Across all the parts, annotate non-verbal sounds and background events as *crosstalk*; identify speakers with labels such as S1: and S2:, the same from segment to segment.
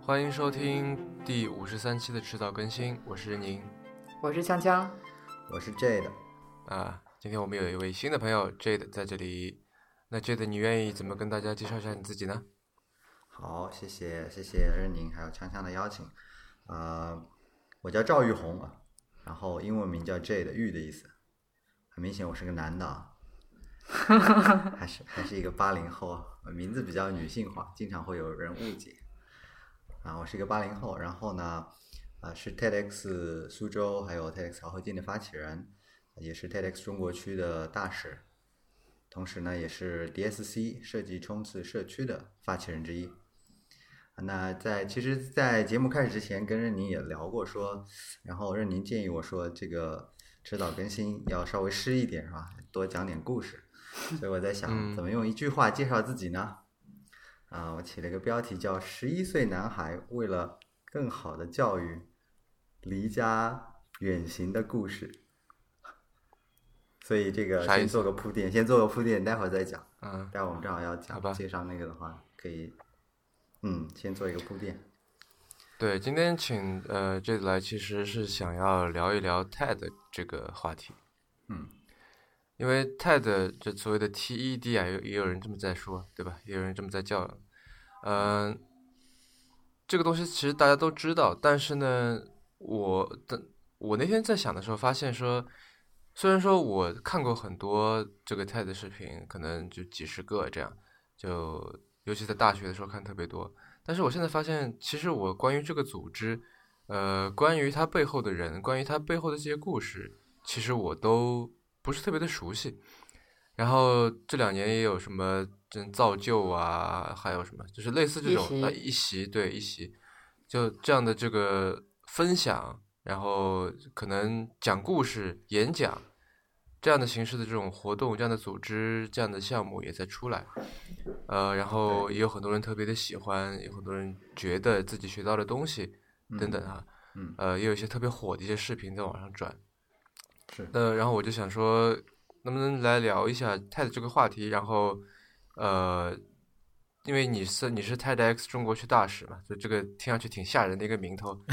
S1: 欢迎收听第五十三期的迟早更新，我是任宁。
S2: 我是锵锵，
S3: 我是 J 的，
S1: 啊，今天我们有一位新的朋友 Jade 在这里。那 Jade，你愿意怎么跟大家介绍一下你自己呢？
S3: 好，谢谢谢谢任宁还有锵锵的邀请，呃，我叫赵玉红啊，然后英文名叫 J 的玉的意思，很明显我是个男的啊，还是还是一个八零后啊，名字比较女性化，经常会有人误解啊，我是一个八零后，然后呢，呃，是 TEDx 苏州还有 TEDx 潮和境的发起人，也是 TEDx 中国区的大使，同时呢，也是 DSC 设计冲刺社区的发起人之一。那在其实，在节目开始之前，跟任宁也聊过说，然后任宁建议我说，这个迟早更新要稍微诗一点，是吧？多讲点故事。所以我在想，怎么用一句话介绍自己呢？啊，我起了个标题叫“十一岁男孩为了更好的教育，离家远行的故事”。所以这个
S1: 啥意
S3: 先
S1: 思
S3: 做个铺垫，先做个铺垫，待会儿再讲。
S1: 嗯，
S3: 待会儿我们正好要
S1: 好
S3: 讲
S1: 吧
S3: 介绍那个的话，可以，嗯，先做一个铺垫。
S1: 对，今天请呃 Jade 来，其实是想要聊一聊 TED 这个话题。
S3: 嗯，
S1: 因为 TED 这所谓的 TED 啊，也有也有人这么在说，对吧？也有人这么在叫。嗯、这个东西其实大家都知道，但是呢，我的我那天在想的时候，发现说，虽然说我看过很多这个 TED 视频，可能就几十个这样，就尤其在大学的时候看特别多，但是我现在发现，其实我关于这个组织，呃，关于它背后的人，关于它背后的这些故事，其实我都不是特别的熟悉。然后这两年也有什么真造就啊，还有什么就是类似这种
S2: 一席
S1: 呃一席对一席，就这样的这个分享，然后可能讲故事、演讲这样的形式的这种活动、这样的组织、这样的项目也在出来。呃，然后也有很多人特别的喜欢，有很多人觉得自己学到的东西等等啊，
S3: 嗯
S1: 呃，也有一些特别火的一些视频在网上转。
S3: 是
S1: 那然后我就想说，能不能来聊一下 TED 这个话题？然后，呃，因为你是你是 TEDx 中国区大使嘛，就这个听上去挺吓人的一个名
S3: *laughs*
S1: 头， *laughs*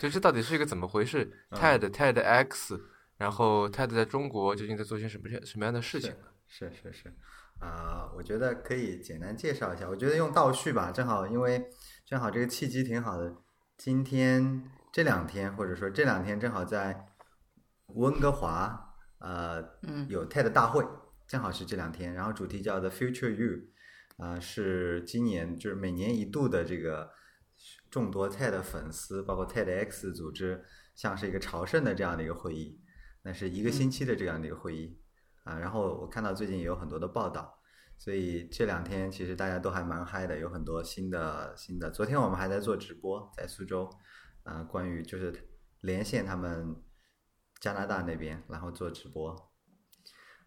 S1: 就这到底是一个怎么回事？TED、TEDx，然后 TED 在中国究竟在做些什么什么样的事情？
S3: 是是是，啊、我觉得可以简单介绍一下。我觉得用倒叙吧，正好因为正好这个契机挺好的。今天这两天，或者说这两天正好在温哥华，呃，
S2: 嗯
S3: 有 TED 大会，正好是这两天。然后主题叫 The Future You，啊、是今年就是每年一度的这个众多 TED 粉丝，包括 TEDx 组织，像是一个朝圣的这样的一个会议。那是一个
S1: 嗯
S3: 星期的这样的一个会议啊。然后我看到最近也有很多的报道，所以这两天其实大家都还蛮嗨的，有很多新的新的。昨天我们还在做直播，在苏州，啊，关于就是连线他们加拿大那边，然后做直播。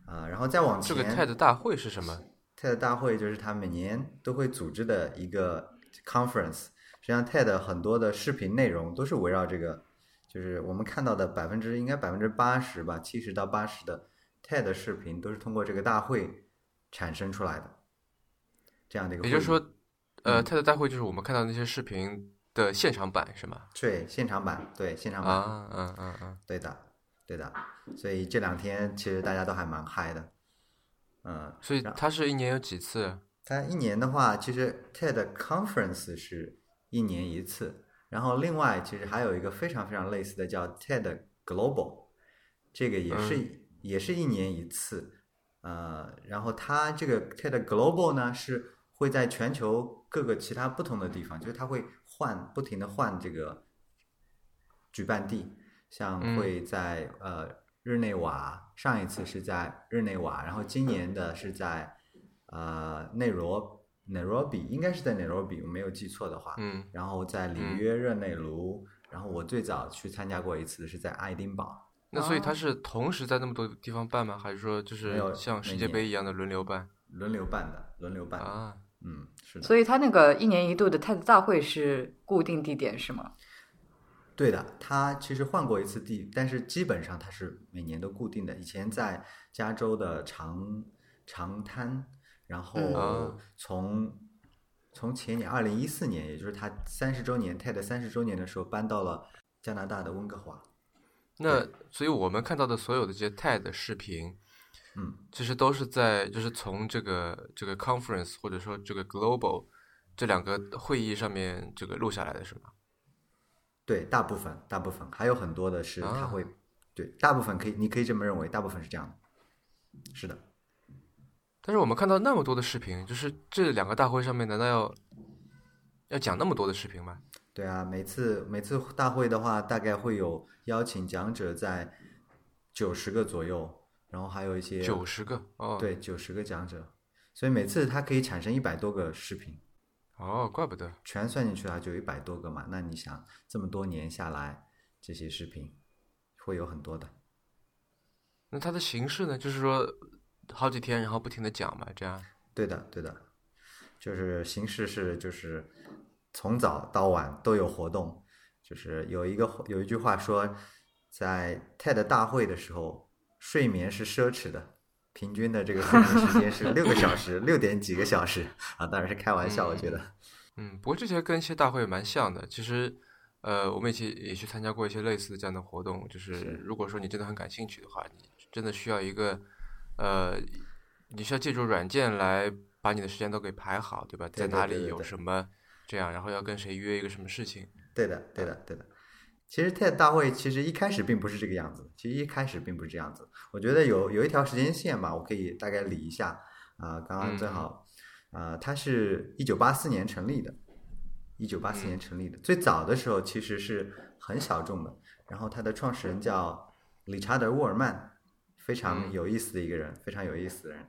S3: 啊，然后再往
S1: 这
S3: 前，
S1: 个 TED 大会是什么？
S3: TED E 大会就是他每年都会组织的一个 conference。实际上，TED 很多的视频内容都是围绕这个，就是我们看到的百分之应该百分之八十吧，七十到八十的 TED 视频都是通过这个大会产生出来的。这样的一个会
S1: 也
S3: 议，
S1: 就是说，呃
S3: 嗯
S1: ，TED 大会就是我们看到那些视频的现场版是吗？
S3: 对现场版，对现场版，
S1: 啊，嗯嗯嗯，
S3: 对的，对的。所以这两天其实大家都还蛮嗨的，嗯，
S1: 所以
S3: 然
S1: 它是一年有几次？
S3: 它一年的话，其实 TED Conference 是一年一次，然后另外其实还有一个非常非常类似的叫 TED Global，这个也是、也是一年一次，呃，然后它这个 TED Global 呢是会在全球各个其他不同的地方，就是它会换不停的换这个举办地，像
S1: 嗯
S3: 会在、呃日内瓦，上一次是在日内瓦，然后今年的是在呃内罗 Nairobi，应该是在 Nairobi，我没有记错的话，
S1: 嗯
S3: 然后在里
S1: 嗯
S3: 约热内卢，然后我最早去参加过一次是在爱丁堡。
S1: 那所以它
S2: 哦
S1: 是同时在那么多地方办吗？还是说就
S3: 没
S1: 是
S3: 有
S1: 像世
S3: 每
S1: 界
S3: 年
S1: 杯一样的轮流办
S3: 轮流办的，轮流办的
S1: 啊？
S3: 嗯，是的，
S2: 所以他那个一年一度的 TED 大会是固定地点是吗？
S3: 对的。他其实换过一次地，但是基本上他是每年都固定的。以前在加州的长长滩，然
S2: 嗯
S3: 后
S1: 啊
S3: 从从前年二零一四年，也就是他三十周年 TED 三十周年的时候，搬到了加拿大的温哥华。
S1: 那所以我们看到的所有的这些 TED 视频，
S3: 嗯，
S1: 其实都是在就是从这个这个 conference 或者说这个 global 这两个会议上面这个录下来的是吗？
S3: 对，大部分大部分还有很多的是
S1: 啊
S3: 他会，对，大部分可以，你可以这么认为，大部分是这样的。是的，
S1: 但是我们看到那么多的视频，就是这两个大会上面，难道要要讲那么多的视频吗？
S3: 对啊，每次每次大会的话，大概会有邀请讲者在九十个左右，然后还有一些
S1: 九十个哦，，
S3: 对九十个讲者，所以每次它可以产生一百多个视频，
S1: 哦，怪不得，
S3: 全算进去的话就有一百多个嘛。那你想，这么多年下来，这些视频会有很多的。
S1: 那它的形式呢？就是说好几天，然后不停的讲嘛，这样。
S3: 对的，对的，就是形式是就是从早到晚都有活动，就是有一个有一句话说，在 TED 大会的时候，睡眠是奢侈的，平均的这个睡眠时间是六个小时，六点几个小时啊，当然是开玩笑，我觉得，
S1: 嗯，不过这些跟一些大会蛮像的。其实，呃，我们以前也去参加过一些类似的这样的活动。就是
S3: 是
S1: 如果说你真的很感兴趣的话，你真的需要一个，呃，你需要借助软件来把你的时间都给排好，对吧？
S3: 对
S1: 在
S3: 对
S1: 哪
S3: 对
S1: 里
S3: 对
S1: 有
S3: 对
S1: 什么这样，然后要跟谁约一个什么事情。
S3: 对的，对的，对的。其实 TED 大会其实一开始并不是这个样子的，其实一开始并不是这样子。我觉得有有一条时间线吧，我可以大概理一下。啊、刚刚正好，啊、它是一九八四年成立的，一九八四年成立的。最早的时候其实是很小众的，然后它的创始人叫理查德·沃尔曼，非常
S1: 嗯
S3: 有意思的一个人，非常有意思的人。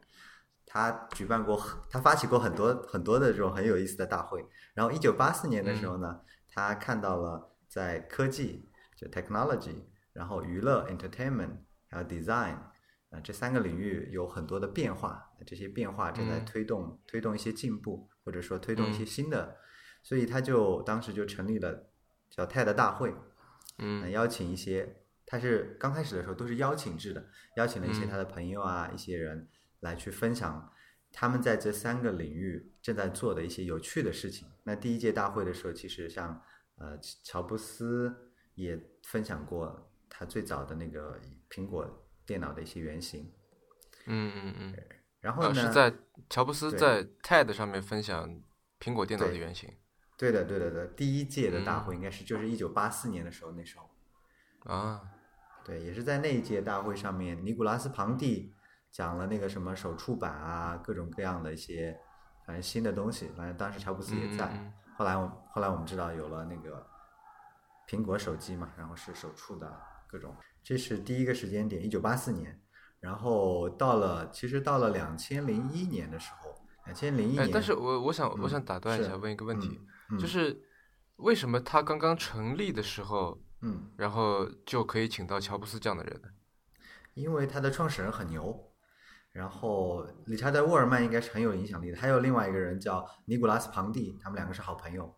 S3: 他举办过很，他发起过很多很多的这种很有意思的大会。然后一九八四年的时候
S1: 嗯
S3: 呢，他看到了在科技就 technology，然后娱乐 entertainment，还有 design 啊、这三个领域有很多的变化，这些变化正在
S1: 嗯
S3: 推动、推动一些进步，或者说推动一些
S1: 嗯
S3: 新的，所以他就当时就成立了叫 TED 大会，呃
S1: 嗯
S3: 邀请一些，他是刚开始的时候都是邀请制的，邀请了一些
S1: 嗯
S3: 他的朋友啊，一些人来去分享他们在这三个领域正在做的一些有趣的事情。那第一届大会的时候，其实像呃乔乔布斯也分享过他最早的那个苹果电脑的一些原型，
S1: 嗯嗯嗯，
S3: 然后
S1: 呃，
S3: 呢，
S1: 是在乔布斯
S3: 对
S1: 在 TED 上面分享苹果电脑的
S3: 对
S1: 原型
S3: 对的对的对的，第一届的大
S1: 嗯
S3: 会应该是就是一九八四年的时候，那时候。
S1: 啊，
S3: 对，也是在那一届大会上面，尼古拉斯庞蒂讲了那个什么手触板啊，各种各样的一些反正新的东西。反正当时乔布斯也在。
S1: 嗯嗯嗯
S3: 后来我后来我们知道有了那个苹果手机嘛，然后是手触的各种。这是第一个时间点，一九八四年。然后到了，其实到了两千零一年的时候，两千零一
S1: 哎
S3: 年，，
S1: 但是我我想我
S3: 嗯
S1: 想打断一
S3: 是
S1: 下，问一个问题，
S3: 嗯
S1: 就，是为什么他刚刚成立的时候，
S3: 嗯，
S1: 然后就可以请到乔布斯这样的人呢？
S3: 因为他的创始人很牛，然后理查德·沃尔曼应该是很有影响力的。还有另外一个人叫尼古拉斯·庞蒂，他们两个是好朋友。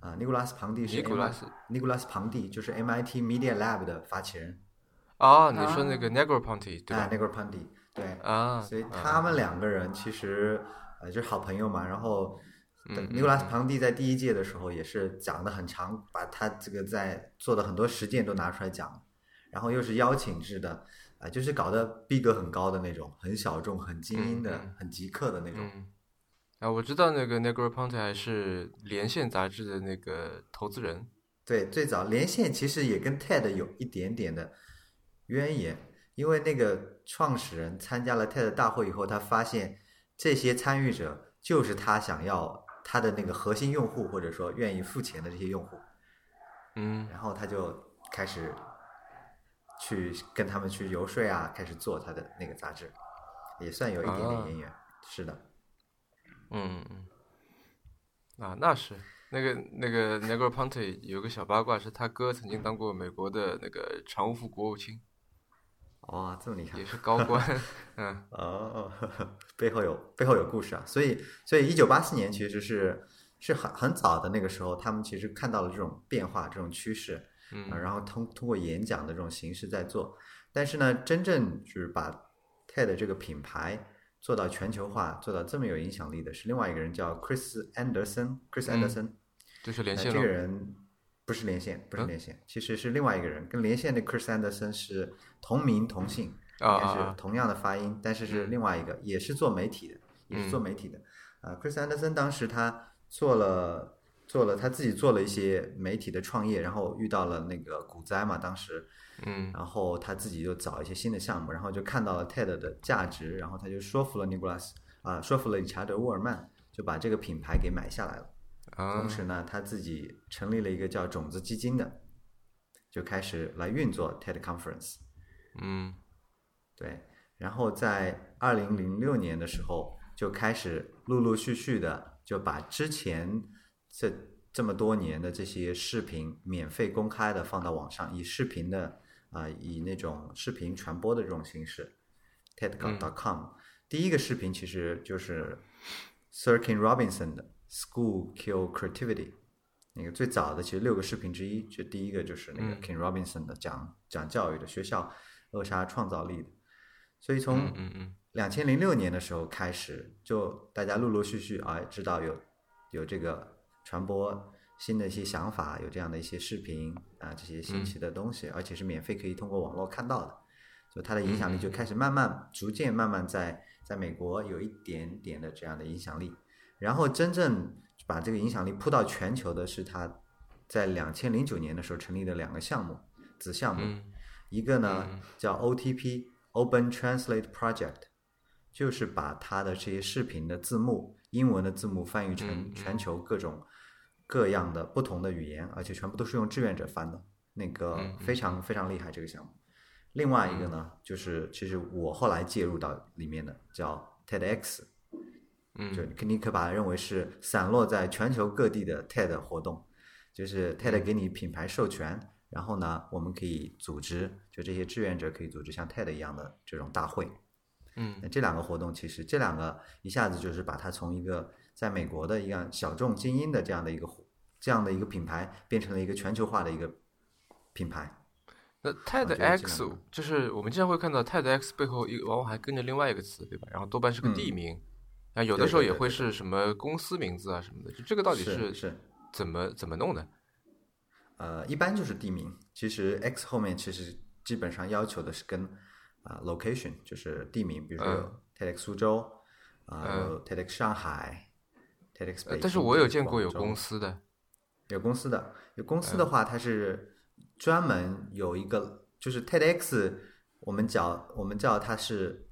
S3: 啊、尼古拉斯·庞蒂是
S1: 尼古拉
S3: MI
S1: 斯
S3: 尼古拉斯·庞蒂就是 MIT Media Lab 的发起人，
S1: 啊，你说那个 Negroponte 对
S3: 啊
S1: 吧，？
S3: 尼古拉斯·庞蒂，对，
S1: 啊，
S3: 所以
S1: 啊
S3: 他们两个人其实呃就是好朋友嘛。然后
S1: 嗯
S3: 对
S1: 嗯
S3: 尼古拉斯·庞蒂在第一届的时候也是讲的很长，把他这个在做的很多实践都拿出来讲，然后又是邀请制的，啊、就是搞得逼格很高的那种，很小众、很精英的、
S1: 嗯嗯
S3: 很极客的那种。
S1: 嗯，啊，我知道那个 Negroponte 还是《连线》杂志的那个投资人，
S3: 对，最早连线其实也跟 TED 有一点点的渊源，因为那个创始人参加了 TED 大会以后，他发现这些参与者就是他想要他的那个核心用户，或者说愿意付钱的这些用户，
S1: 嗯
S3: 然后他就开始去跟他们去游说啊，开始做他的那个杂志，也算有一点点
S1: 啊
S3: 渊源。是的，
S1: 嗯嗯，啊，那是。那个那个 Negroponte 有个小八卦是，他哥曾经当过美国的那个常务副国务卿，
S3: 哦，这么厉害
S1: 也。是高
S3: *laughs*
S1: 官。嗯，
S3: 哦， *laughs* 背后有背后有故事啊，所以所以一九八四年其实是是很很早的那个时候，他们其实看到了这种变化、这种趋势，
S1: 嗯
S3: 啊然后通通过演讲的这种形式在做，但是呢，真正就是把 TED 这个品牌做到全球化、做到这么有影响力的是另外一个人叫 Chris Anderson，Chris Anderson，、
S1: 就是嗯
S3: 那
S1: 连线
S3: 呃这
S1: 了
S3: 个。人不是连线，不是
S1: 嗯
S3: 连线，其实是另外一个人，跟连线的 Chris Anderson 是同名同姓，
S1: 啊
S3: 应该
S1: 啊
S3: 是
S1: 啊
S3: 同样的发音，但是是
S1: 嗯
S3: 另外一个，也是做媒体的，也是
S1: 嗯
S3: 做媒体的。啊，Chris Anderson 当时他做了做了他自己做了一些媒体的创业，然后遇到了那个股灾嘛，当时，
S1: 嗯
S3: 然后他自己就找一些新的项目，然后就看到了 TED 的价值，然后他就说服了尼古拉斯啊，说服了理查德沃尔曼，就把这个品牌给买下来了。
S1: 啊
S3: 同，时呢，他自己成立了一个叫种子基金的，就开始来运作 TED Conference。
S1: 嗯
S3: 对，然后在二零零六年的时候，就开始陆陆续续的就把之前这这么多年的这些视频免费公开的放到网上，以视频的啊、以那种视频传播的这种形式，TED.com、第一个视频其实就是 Sir King Robinson 的 School Kill Creativity。那个最早的其实六个视频之一，就第一个就是那个
S1: 嗯
S3: King Robinson 的讲、讲教育的学校扼杀创造力的，所以从
S1: 嗯嗯嗯
S3: 两千零六年的时候开始，就大家陆陆续续啊知道有有这个传播新的一些想法，有这样的一些视频啊这些新
S1: 嗯
S3: 奇的东西，而且是免费可以通过网络看到的，所以它的影
S1: 嗯
S3: 响力就开始慢慢、逐渐、慢慢在在美国有一点点的这样的影响力。然后真正把这个影响力铺到全球的是他在两千零九年的时候成立的两个项目子项目，
S1: 嗯
S3: 一个呢、叫 OTP Open Translate Project，就是把它的这些视频的字幕，英文的字幕翻译
S1: 嗯
S3: 成
S1: 嗯
S3: 全球各种各样的不同的语言，而且全部都是用志愿者翻的，那个
S1: 嗯嗯嗯
S3: 非常非常厉害这个项目。另外一个呢，就是其实我后来介入到里面的叫 TEDx，就
S1: 嗯，
S3: 你可把它认为是散落在全球各地的 TED 活动，就是
S1: 嗯
S3: TED 给你品牌授权，然后呢，我们可以组织，就这些志愿者可以组织像 TED 一样的这种大会。
S1: 嗯
S3: 那这两个活动其实这两个一下子就是把它从一个在美国的一样小众精英的这样的一个活这样的一个品牌，变成了一个全球化的一个品牌。
S1: 那 TEDx 就是我们经常会看到 TEDx 背后一往往还跟着另外一个词，对吧？然后多半是个地名，啊，有的
S3: 嗯对
S1: 时候
S3: 对
S1: 也
S3: 对
S1: 会
S3: 对
S1: 是什么公司名字啊什么的，就这个到底
S3: 是
S1: 是怎么怎么弄的？
S3: 呃，一般就是地名。其实 X 后面其实基本上要求的是跟啊、location，就是地名，比如说有 TEDx 苏州，啊、
S1: 嗯
S3: 有 TEDx 上海，TEDx 北
S1: 呃
S3: 京。
S1: 但是我有见过有
S3: 司。
S1: 公司的，
S3: 有公司的，有公司的话，它是专门有一个，就是 TEDx，我们叫我们叫它是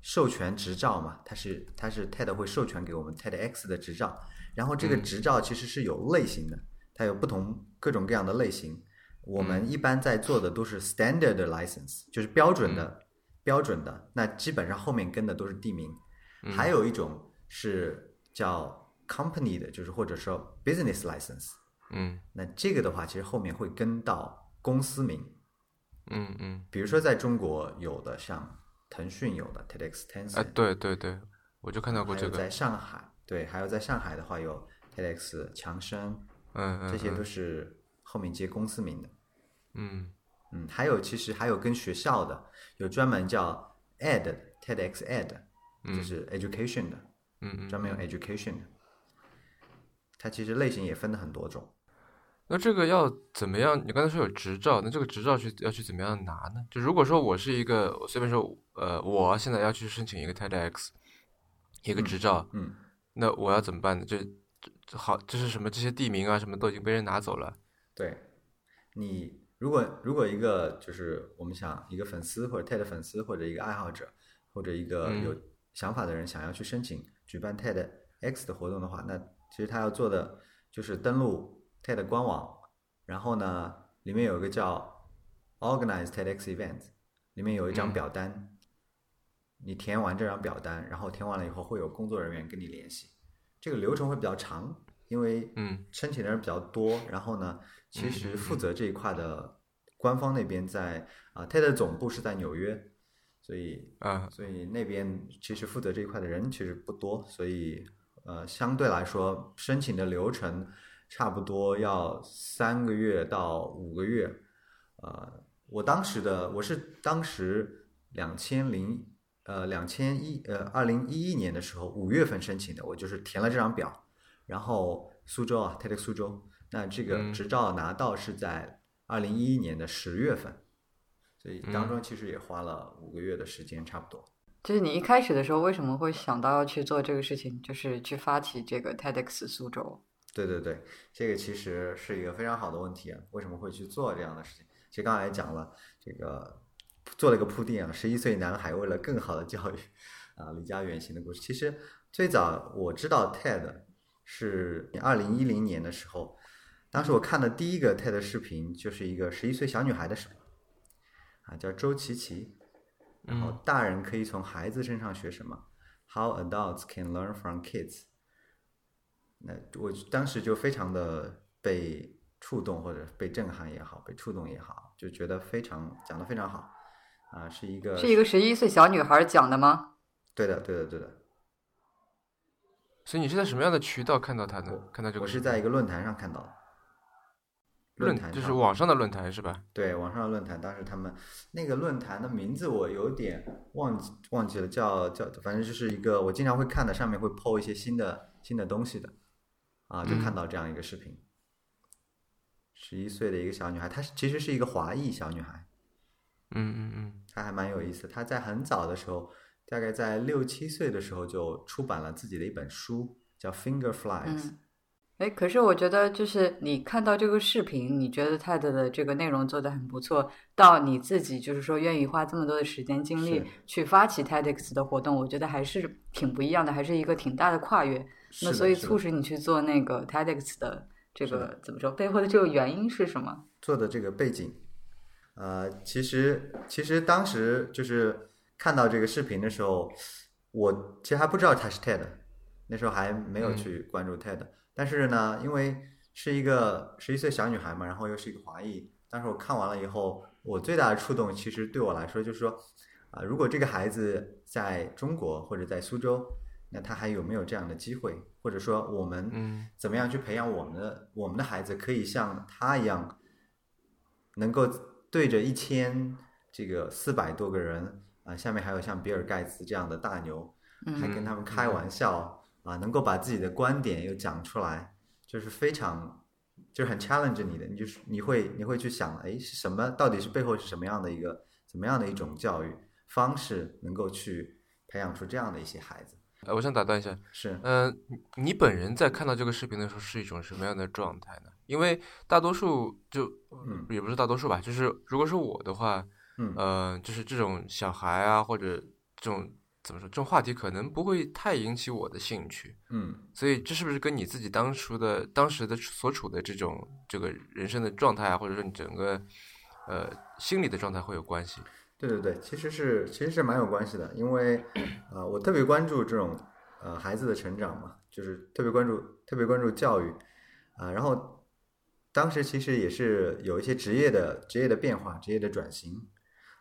S3: 授权执照嘛，它是它是 TED 会授权给我们 TEDx 的执照，然后这个
S1: 嗯
S3: 执照其实是有类型的，它有不同各种各样的类型。我们一般在做的都是 standard 的 license，就是标准的标准的，那基本上后面跟的都是地名。还有一种是叫 company 的，就是或者说 business license。
S1: 嗯
S3: 那这个的话，其实后面会跟到公司名，
S1: 嗯嗯，
S3: 比如说在中国有的像腾讯有的 TEDx
S1: 哎，
S3: Tencent，、
S1: 对对对，我就看到过
S3: 还
S1: 这
S3: 有
S1: 个
S3: 在，上海，对，还有在上海的话有 TEDx 强生，
S1: 嗯嗯，
S3: 这些
S1: 嗯
S3: 都是后面接公司名的。
S1: 嗯
S3: 嗯，还有其实还有跟学校的，有专门叫 Ed TEDx Ed，就
S1: 嗯
S3: 是 education 的，
S1: 嗯嗯，
S3: 专门有 education 的。它其实类型也分的很多种。
S1: 那这个要怎么样？你刚才说有执照，那这个执照去要去怎么样拿呢？就如果说我是一个，我随便说，呃，我现在要去申请一个 TEDx 一个执照，
S3: 嗯，
S1: 那我要怎么办呢？就这这好，就是什么这些地名啊，什么都已经被人拿走了。
S3: 对，你如果如果一个就是我们想一个粉丝或者 TED 粉丝或者一个爱好者或者一个
S1: 嗯
S3: 有想法的人想要去申请举办 TEDx 的活动的话，那其实他要做的就是登录 TED 官网，然后呢里面有一个叫 Organize TEDx Event，里面有一张
S1: 嗯
S3: 表单，你填完这张表单，然后填完了以后会有工作人员跟你联系，这个流程会比较长，因为
S1: 嗯
S3: 申请的人比较多，然后呢，其实负责这一块的官方那边在啊、TED 总部是在纽约，所以
S1: 啊，
S3: 所以那边其实负责这一块的人其实不多，所以呃相对来说申请的流程差不多要三个月到五个月，呃，我当时的我是当时两千零呃两千一呃二零一一年的时候五月份申请的，我就是填了这张表，然后苏州啊 TEDx 苏州，那这个
S1: 嗯
S3: 执照拿到是在二零一一年的十月份，所以当
S1: 嗯
S3: 中其实也花了五个月的时间差不多。
S2: 就是你一开始的时候为什么会想到要去做这个事情，就是去发起这个 TEDx 苏州？
S3: 对对对，这个其实是一个非常好的问题啊，为什么会去做这样的事情？其实刚才也讲了，这个做了一个铺垫啊，十一岁男孩为了更好的教育啊，离家远行的故事。其实最早我知道 TED 是二零一零年的时候，当时我看的第一个 TED 视频就是一个十一岁小女孩的视频啊，叫周琪琪，然后
S1: 嗯
S3: 哦大人可以从孩子身上学什么？How adults can learn from kids。那我当时就非常的被触动，或者被震撼也好，被触动也好，就觉得非常讲的非常好啊、是一个
S2: 是一个十一岁小女孩讲的吗？
S3: 对的，对的，对的。
S1: 所以你是在什么样的渠道看到他的？看到这个？
S3: 我是在一个论坛上看到的，
S1: 论
S3: 坛
S1: 就
S3: 上
S1: 是网上的论坛是吧？
S3: 对网上的论坛，当时他们那个论坛的名字我有点忘记忘记了，叫叫，反正就是一个我经常会看的，上面会 PO 一些新的新的东西的，啊，就
S1: 嗯
S3: 看到这样一个视频，十一、岁的一个小女孩，她是其实是一个华裔小女孩，
S1: 嗯嗯嗯，
S3: 她还蛮有意思，她在很早的时候，大概在六七岁的时候就出版了自己的一本书，叫《Finger Flies》，
S2: 嗯，哎，可是我觉得，就是你看到这个视频，你觉得 TED 的这个内容做得很不错，到你自己就是说愿意花这么多的时间精力
S3: 是
S2: 去发起 TEDx 的活动，我觉得还是挺不一样的，还是一个挺大的跨越。
S3: 是
S2: 那
S3: 的
S2: 所以
S3: 是的
S2: 促使你去做那个 TEDx 的这
S3: 是
S2: 个
S3: 的
S2: 怎么说背后的这个原因是什么？
S3: 做的这个背景，呃，其实其实当时就是看到这个视频的时候，我其实还不知道它是 TED，那时候还没有去关注 TED，、但是呢，因为是一个十一岁小女孩嘛，然后又是一个华裔，当时我看完了以后，我最大的触动其实对我来说就是说，啊、如果这个孩子在中国或者在苏州，那他还有没有这样的机会？或者说，我们
S1: 嗯
S3: 怎么样去培养我们的、我们的孩子可以像他一样，能够对着一千这个四百多个人啊、下面还有像比尔盖茨这样的大牛，还跟他们开玩笑啊，能够把自己的观点又讲出来，就是非常就是很 challenge 你的，你就是你会你会去想，哎，是什么？到底是背后是什么样的一个怎么样的一种教育方式，能够去培养出这样的一些孩子？
S1: 呃，我想打断一下，
S3: 是
S1: 嗯、你你本人在看到这个视频的时候是一种什么样的状态呢？因为大多数就
S3: 嗯
S1: 也不是大多数吧，就是如果是我的话，
S3: 嗯
S1: 呃，就是这种小孩啊，或者这种怎么说，这种话题可能不会太引起我的兴趣，
S3: 嗯，
S1: 所以这是不是跟你自己当初的当时的所处的这种这个人生的状态啊，或者说你整个呃心理的状态会有关系？
S3: 对对对，其实是其实是蛮有关系的，因为呃，我特别关注这种呃孩子的成长嘛，就是特别关注特别关注教育啊、然后当时其实也是有一些职业的职业的变化，职业的转型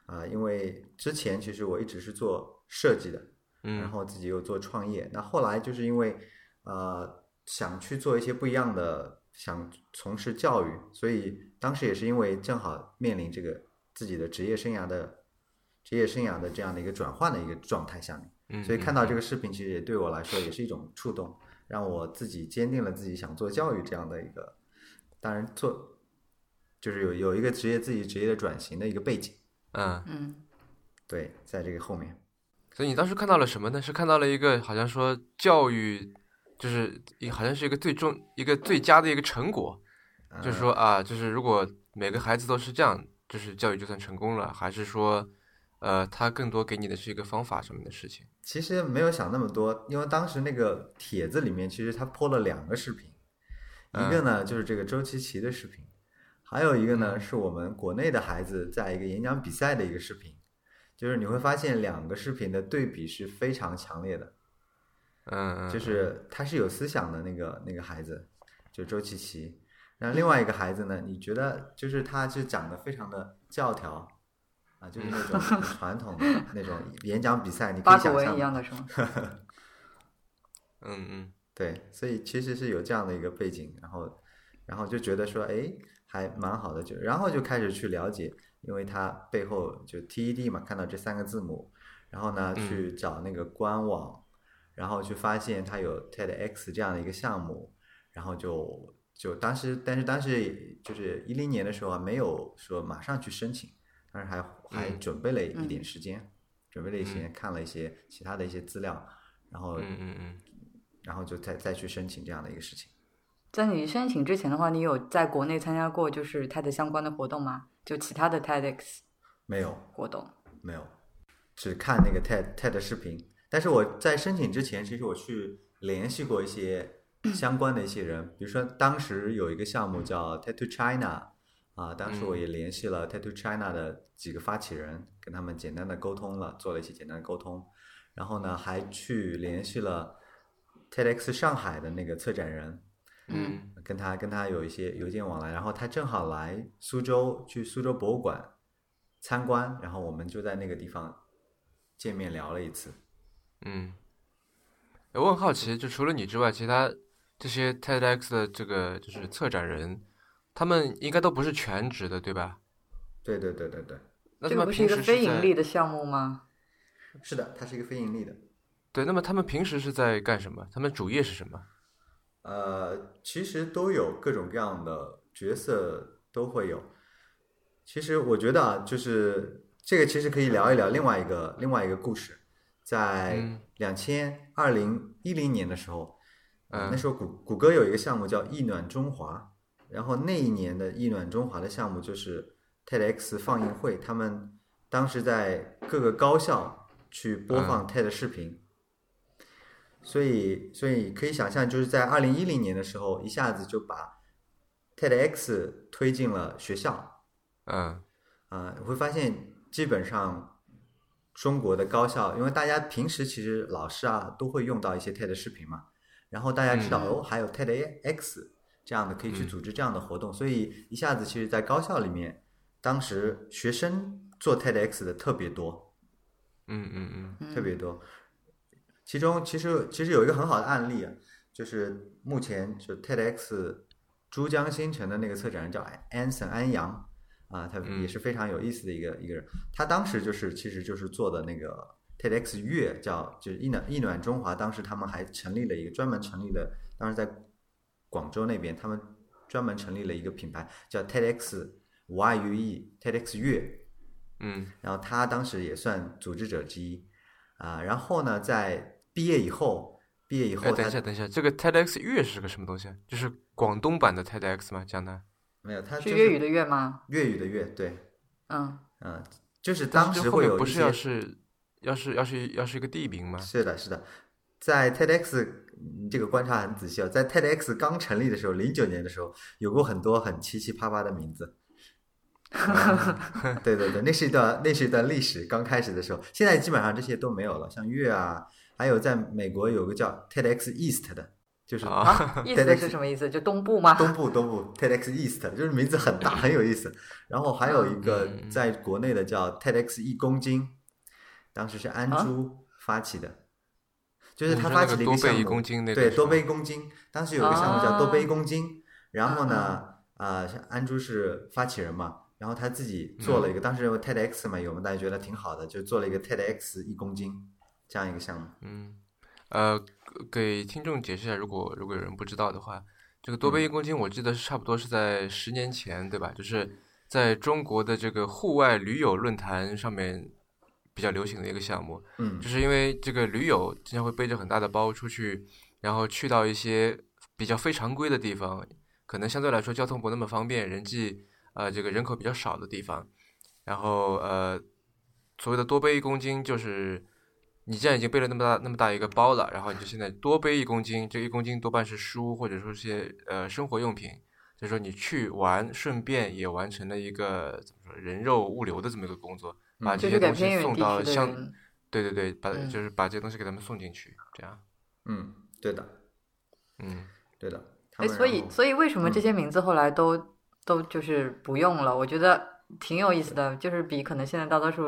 S3: 啊、因为之前其实我一直是做设计的，然
S1: 嗯
S3: 后自己又做创业。那后来就是因为呃想去做一些不一样的，想从事教育，所以当时也是因为正好面临这个自己的职业生涯的职业生涯的这样的一个转换的一个状态下面，
S1: 嗯，
S3: 所以看到这个视频，其实也对我来说也是一种触动，让我自己坚定了自己想做教育这样的一个，当然做。就是有有一个职业自己职业的转型的一个背景，
S1: 嗯。
S2: 嗯，
S3: 对，在这个后面，
S1: 所以你当时看到了什么呢？是看到了一个好像说教育，就是一好像是一个最终一个最佳的一个成果，就是说啊，就是如果每个孩子都是这样，就是教育就算成功了，还是说，呃，他更多给你的是一个方法上面的事情？
S3: 其实没有想那么多，因为当时那个帖子里面，其实他 po 了两个视频，一
S2: 嗯
S3: 个呢就是这个周琪琪的视频，还有一个呢是我们国内的孩子在一个演讲比赛的一个视频，就是你会发现两个视频的对比是非常强烈的，
S1: 嗯嗯，
S3: 就是他是有思想的那个那个孩子，就周琪琪，然后另外一个孩子呢，你觉得就是他是讲的非常的教条。啊，就是那种很传统的那种演讲比赛，你可
S2: 八
S3: 以
S2: 股
S3: 想
S2: 文
S3: 象
S2: 一样的是吗？
S1: 嗯嗯
S3: 对，所以其实是有这样的一个背景，然后，然后就觉得说，哎，还蛮好的，就然后就开始去了解因为它背后就 TED 嘛，看到这三个字母，然后呢
S1: 嗯
S3: 去找那个官网，然后去发现它有 TEDx 这样的一个项目，然后就就当时，但是当时就是一零年的时候啊，没有说马上去申请，当时还还
S1: 嗯
S3: 准备了一
S2: 嗯
S3: 点时间，准备了一些时间看了一些其他的一些资料，然后
S1: 嗯嗯嗯，
S3: 然后就再再去申请这样的一个事情。
S2: 在你申请之前的话，你有在国内参加过就是它的相关的活动吗？就其他的 TEDx
S3: 没有，
S2: 活动？
S3: 没有，只看那个 TED TED 的视频。但是我在申请之前，其实我去联系过一些相关的一些人，比如说当时有一个项目叫 TED to China，啊，当时我也联系了 TED to China 的几个发起人，跟他们简单的沟通了，做了一些简单的沟通，然后呢，还去联系了 TEDx 上海的那个策展人，
S2: 嗯
S3: 跟他跟他有一些邮件往来，然后他正好来苏州去苏州博物馆参观，然后我们就在那个地方见面聊了一次。
S1: 嗯，哎我很好奇，就除了你之外，其他这些 TEDx 的这个就是策展人，他们应该都不是全职的，对吧？
S3: 对对对对对，
S1: 那
S2: 这
S1: 他们
S2: 个不是一
S1: 平
S2: 个
S1: 时
S2: 非盈
S1: 在
S2: 利的项目吗？
S3: 是的，它是一个非盈利的。
S1: 对，那么他们平时是在干什么？他们主业是什么？
S3: 呃，其实都有各种各样的角色都会有。其实我觉得啊，就是这个其实可以聊一聊另外一个另外一个故事，在
S1: 嗯
S3: 两千二零一零年的时候，呃
S1: 嗯
S3: 那时候谷谷歌有一个项目叫“意暖中华”，然后那一年的“意暖中华”的项目就是 TEDx 放映会，他们当时在各个高校去播放 TED 视频。所以，所以可以想象，就是在二零一零年的时候，一下子就把 TEDx 推进了学校
S1: 嗯
S3: 啊、你会发现基本上中国的高校，因为大家平时其实老师啊都会用到一些 TED 视频嘛，然后大家知道、
S2: 嗯
S3: 哦，还有 TEDx 这样的可以去
S1: 嗯
S3: 组织这样的活动，所以一下子其实，在高校里面，当时学生做 TEDx 的特别多，
S1: 嗯嗯嗯
S2: 嗯
S3: 特别多。其中其实其实有一个很好的案例啊，就是目前就 TEDx 珠江新城的那个策展人叫 Anson 安阳啊，他
S1: 嗯
S3: 也是非常有意思的一个、一个人。他当时就是其实就是做的那个 TEDx 月叫就是一暖一暖中华，当时他们还成立了一个专门成立了，当时在广州那边他们专门成立了一个品牌叫 TEDx YUE TEDx 月。
S1: 嗯
S3: 然后他当时也算组织者之一啊。然后呢，在毕业以后，毕业以
S1: 嗯。
S3: 后
S1: 哎，
S3: 他
S1: 等一下，等一下，这个 TEDx 粤是个什么东西啊？就是广东版的 TEDx 吗？讲的？
S3: 没有，他
S2: 是
S3: 就是
S2: 粤语的粤吗？
S3: 粤语的粤，对，
S2: 嗯，
S3: 嗯，就是
S1: 但
S3: 当
S1: 是
S3: 时
S1: 这后
S3: 会
S1: 面
S3: 有
S1: 不
S3: 一
S1: 是要
S3: 些，
S1: 是要是要是要是一个地名吗？
S3: 是的，是的，在 TEDx 你这个观察很仔细哦，在 TEDx 刚成立的时候，零九年的时候，有过很多很七七八八的
S1: *laughs*
S3: 名字。嗯对对对，那是一段那是一段历史，刚开始的时候，现在基本上这些都没有了，像粤啊，还有在美国有个叫 TEDx East 的，就是
S1: 啊
S2: 啊，意思是什么意思？就东部吗？
S3: 东部东部 TEDx East 就是名字很大，很有意思。然后还有一
S1: 嗯
S3: 个在国内的叫 TEDx 一公斤，当时是安
S2: 啊
S3: 珠发起的，就是他发起了一
S1: 嗯哦你说那个多
S3: 项
S1: 背一
S3: 目
S1: 公，斤那个
S3: 对，
S1: 是
S3: 多
S1: 吧
S3: 背一公斤。当时有一个项目叫
S2: 啊嗯
S3: 多背一公斤，然后呢，啊，是安珠是发起人嘛，然后他自己
S1: 嗯
S3: 做了一个，当时有 TEDx 嘛，有嘛，大家觉得挺好的，就做了一个 TEDx 一公斤这样一个项目。
S1: 嗯，呃，给听众解释一下，如果如果有人不知道的话，这个多
S3: 嗯
S1: 杯一公斤，我记得是差不多是在十年前，对吧？就是在中国的这个户外驴友论坛上面比较流行的一个项目，
S3: 嗯
S1: 就是因为这个驴友经常会背着很大的包出去，然后去到一些比较非常规的地方，可能相对来说交通不那么方便，人际呃这个人口比较少的地方，然后呃所谓的多背一公斤就是。你既然已经背了那么大那么大一个包了，然后你就现在多背一公斤，这一公斤多半是书或者说是些呃生活用品，所以说你去玩，顺便也完成了一个怎么说人肉物流的这么一个工作，把
S3: 嗯
S2: 就
S1: 这
S2: 是
S1: 些
S2: 给
S1: 东
S2: 偏
S1: 西
S2: 远
S1: 送
S2: 地
S1: 到
S2: 区的
S1: 相
S2: 人。
S1: 对对对，把、
S2: 嗯
S1: 就是把这些东西给他们送进去，这样，
S3: 嗯，对的，
S1: 嗯，
S3: 对的。他
S2: 哎，
S3: 们
S2: 所
S3: 然
S2: 以
S3: 后
S2: 所以为什么这
S3: 嗯
S2: 些名字后来都、都就是不用了？我觉得挺有意思的，就是比可能现在大多数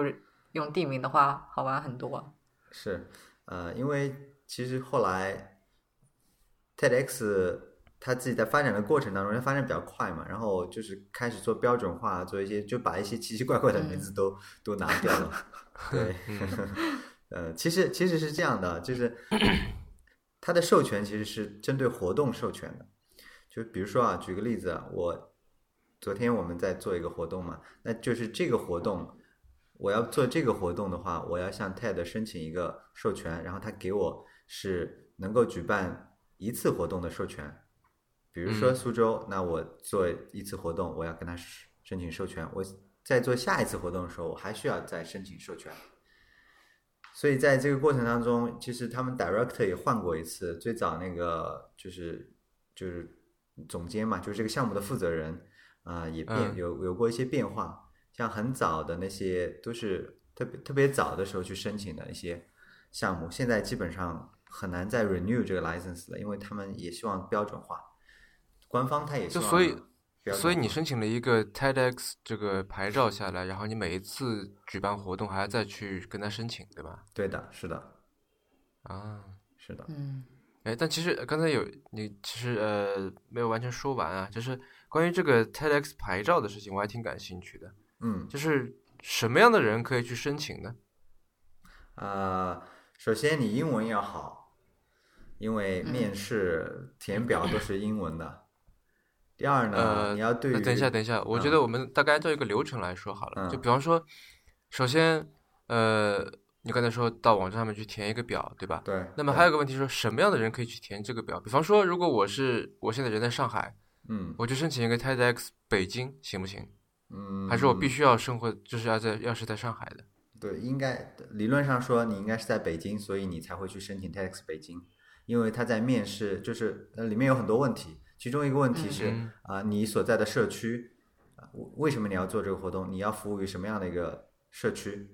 S2: 用地名的话好玩很多。
S3: 是，呃，因为其实后来 TEDx 他自己在发展的过程当中，他发展比较快嘛，然后就是开始做标准化，做一些就把一些奇奇怪怪的名字都、都拿掉了。对， *laughs* 呃，其实其实是这样的，就是它的授权其实是针对活动授权的，就比如说啊，举个例子啊，我昨天我们在做一个活动嘛，那就是这个活动，我要做这个活动的话，我要向 TED 申请一个授权，然后他给我是能够举办一次活动的授权。比如说
S1: 嗯
S3: 苏州，那我做一次活动，我要跟他申申请授权，我在做下一次活动的时候，我还需要再申请授权。所以在这个过程当中，其实他们 director 也换过一次，最早那个就是就是总监嘛，就是这个项目的负责人啊、也变
S1: 嗯
S3: 有有过一些变化。像很早的那些都是特别特别早的时候去申请的一些项目，现在基本上很难再 renew 这个 license 了，因为他们也希望标准化，官方他也希
S1: 就
S3: 望
S1: 所以
S3: 标准化
S1: 所以你申请了一个 TEDx 这个牌照下来，然后你每一次举办活动还要再去跟他申请，对吧？
S3: 对的，是的，
S1: 啊，
S3: 是的，
S2: 嗯
S1: 哎，但其实呃刚才有你其实呃没有完全说完啊，就是关于这个 TEDx 牌照的事情，我还挺感兴趣的，
S3: 嗯
S1: 就是什么样的人可以去申请呢？
S3: 呃，首先你英文要好，因为面试填表都是英文的。第二呢，
S1: 呃，
S3: 嗯你要对
S1: 那
S3: 于
S1: 等一下，等一下，我觉得我们大概按照一个流程来说好了。就
S3: 嗯
S1: 比方说，首先，呃，你刚才说到网站上面去填一个表，对吧？
S3: 对，
S1: 那么
S3: 对
S1: 还有个问题是，什么样的人可以去填这个表？比方说，如果我是我现在人在上海，
S3: 嗯
S1: 我去申请一个 TEDx 北京行不行？
S3: 嗯，
S1: 还是我必须要生活，就是要在要是在上海的？
S3: 对，应该理论上说，你应该是在北京，所以你才会去申请 TEDx 北京，因为他在面试，就是呃里面有很多问题，其中一个问题是
S1: 嗯
S3: 啊、你所在的社区，啊为为什么你要做这个活动？你要服务于什么样的一个社区？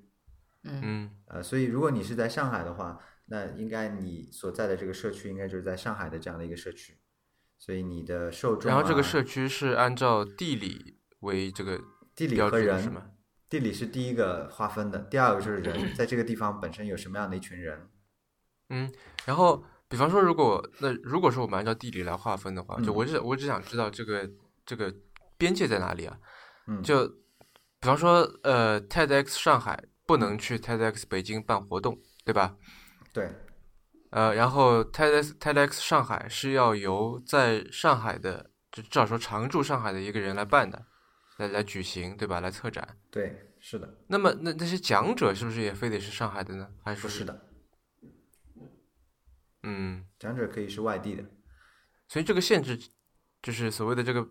S2: 嗯
S1: 嗯
S3: 呃，所以如果你是在上海的话，那应该你所在的这个社区应该就是在上海的这样的一个社区，所以你的受众、啊，
S1: 然后这个社区是按照地理为这个
S3: 地理
S1: 标
S3: 和
S1: 准
S3: 人
S1: 是吗？
S3: 地理是第一个划分的，第二个就是人，在这个地方本身有什么样的一群人，
S1: 嗯，然后比方说，如果那如果说我们按照地理来划分的话，
S3: 嗯
S1: 就我只我只想知道这个这个边界在哪里啊？
S3: 嗯
S1: 就比方说，呃，TEDx 上海不能去 TEDx 北京办活动，对吧？
S3: 对，
S1: 呃，然后 TEDx TEDx 上海是要由在上海的，就至少说常驻上海的一个人来办的，来来举行，对吧？来策展。
S3: 对，是的，
S1: 那么那那些讲者是不是也非得是上海的呢？还是
S3: 不
S1: 说
S3: 是？的，
S1: 嗯，
S3: 讲者可以是外地的，
S1: 所以这个限制，就是所谓的这个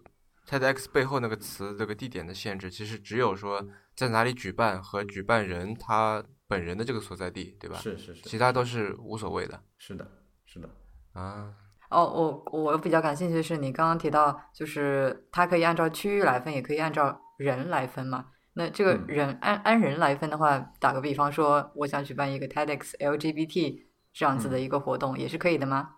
S1: TEDx 背后那个词这个地点的限制，其实只有说在哪里举办和举办人他本人的这个所在地，对吧？
S3: 是是
S1: 其
S3: 是，
S1: 他都是无所谓的
S3: 是的，是的，
S1: 啊。
S2: 哦，我我比较感兴趣的是你刚刚提到，就是它可以按照区域来分，也可以按照人来分嘛。那这个
S3: 嗯
S2: 人、按按人来分的话，打个比方说，我想举办一个 TEDx LGBT 这样子
S3: 嗯
S2: 的一个活动，也是可以的吗？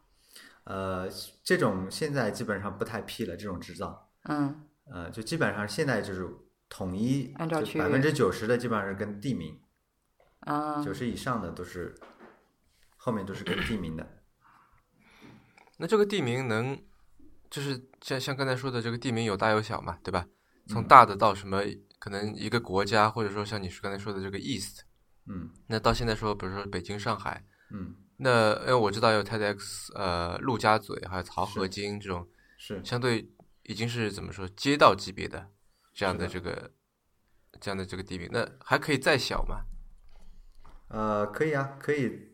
S3: 呃，这种现在基本上不太批了，这种执照，
S2: 嗯
S3: 呃，就基本上现在就是统一，
S2: 按照区域
S3: 百分之九十的基本上是跟地名，
S2: 啊，
S3: 九十以上的都是后面都是跟地名的，
S1: 那这个地名能，就是像像刚才说的，这个地名有大有小嘛，对吧？从
S3: 嗯
S1: 大的到什么，可能一个国家，或者说像你刚才说的这个 East，
S3: 嗯
S1: 那到现在说，比如说北京、上海，
S3: 嗯，
S1: 那因为我知道有 TEDx，呃，陆家嘴还有漕河
S3: 是
S1: 泾这种，
S3: 是
S1: 相对已经是怎么说街道级别的这样
S3: 是
S1: 的
S3: 的
S1: 这个这样的这个地名，那还可以再小嘛？
S3: 呃，可以啊，可以，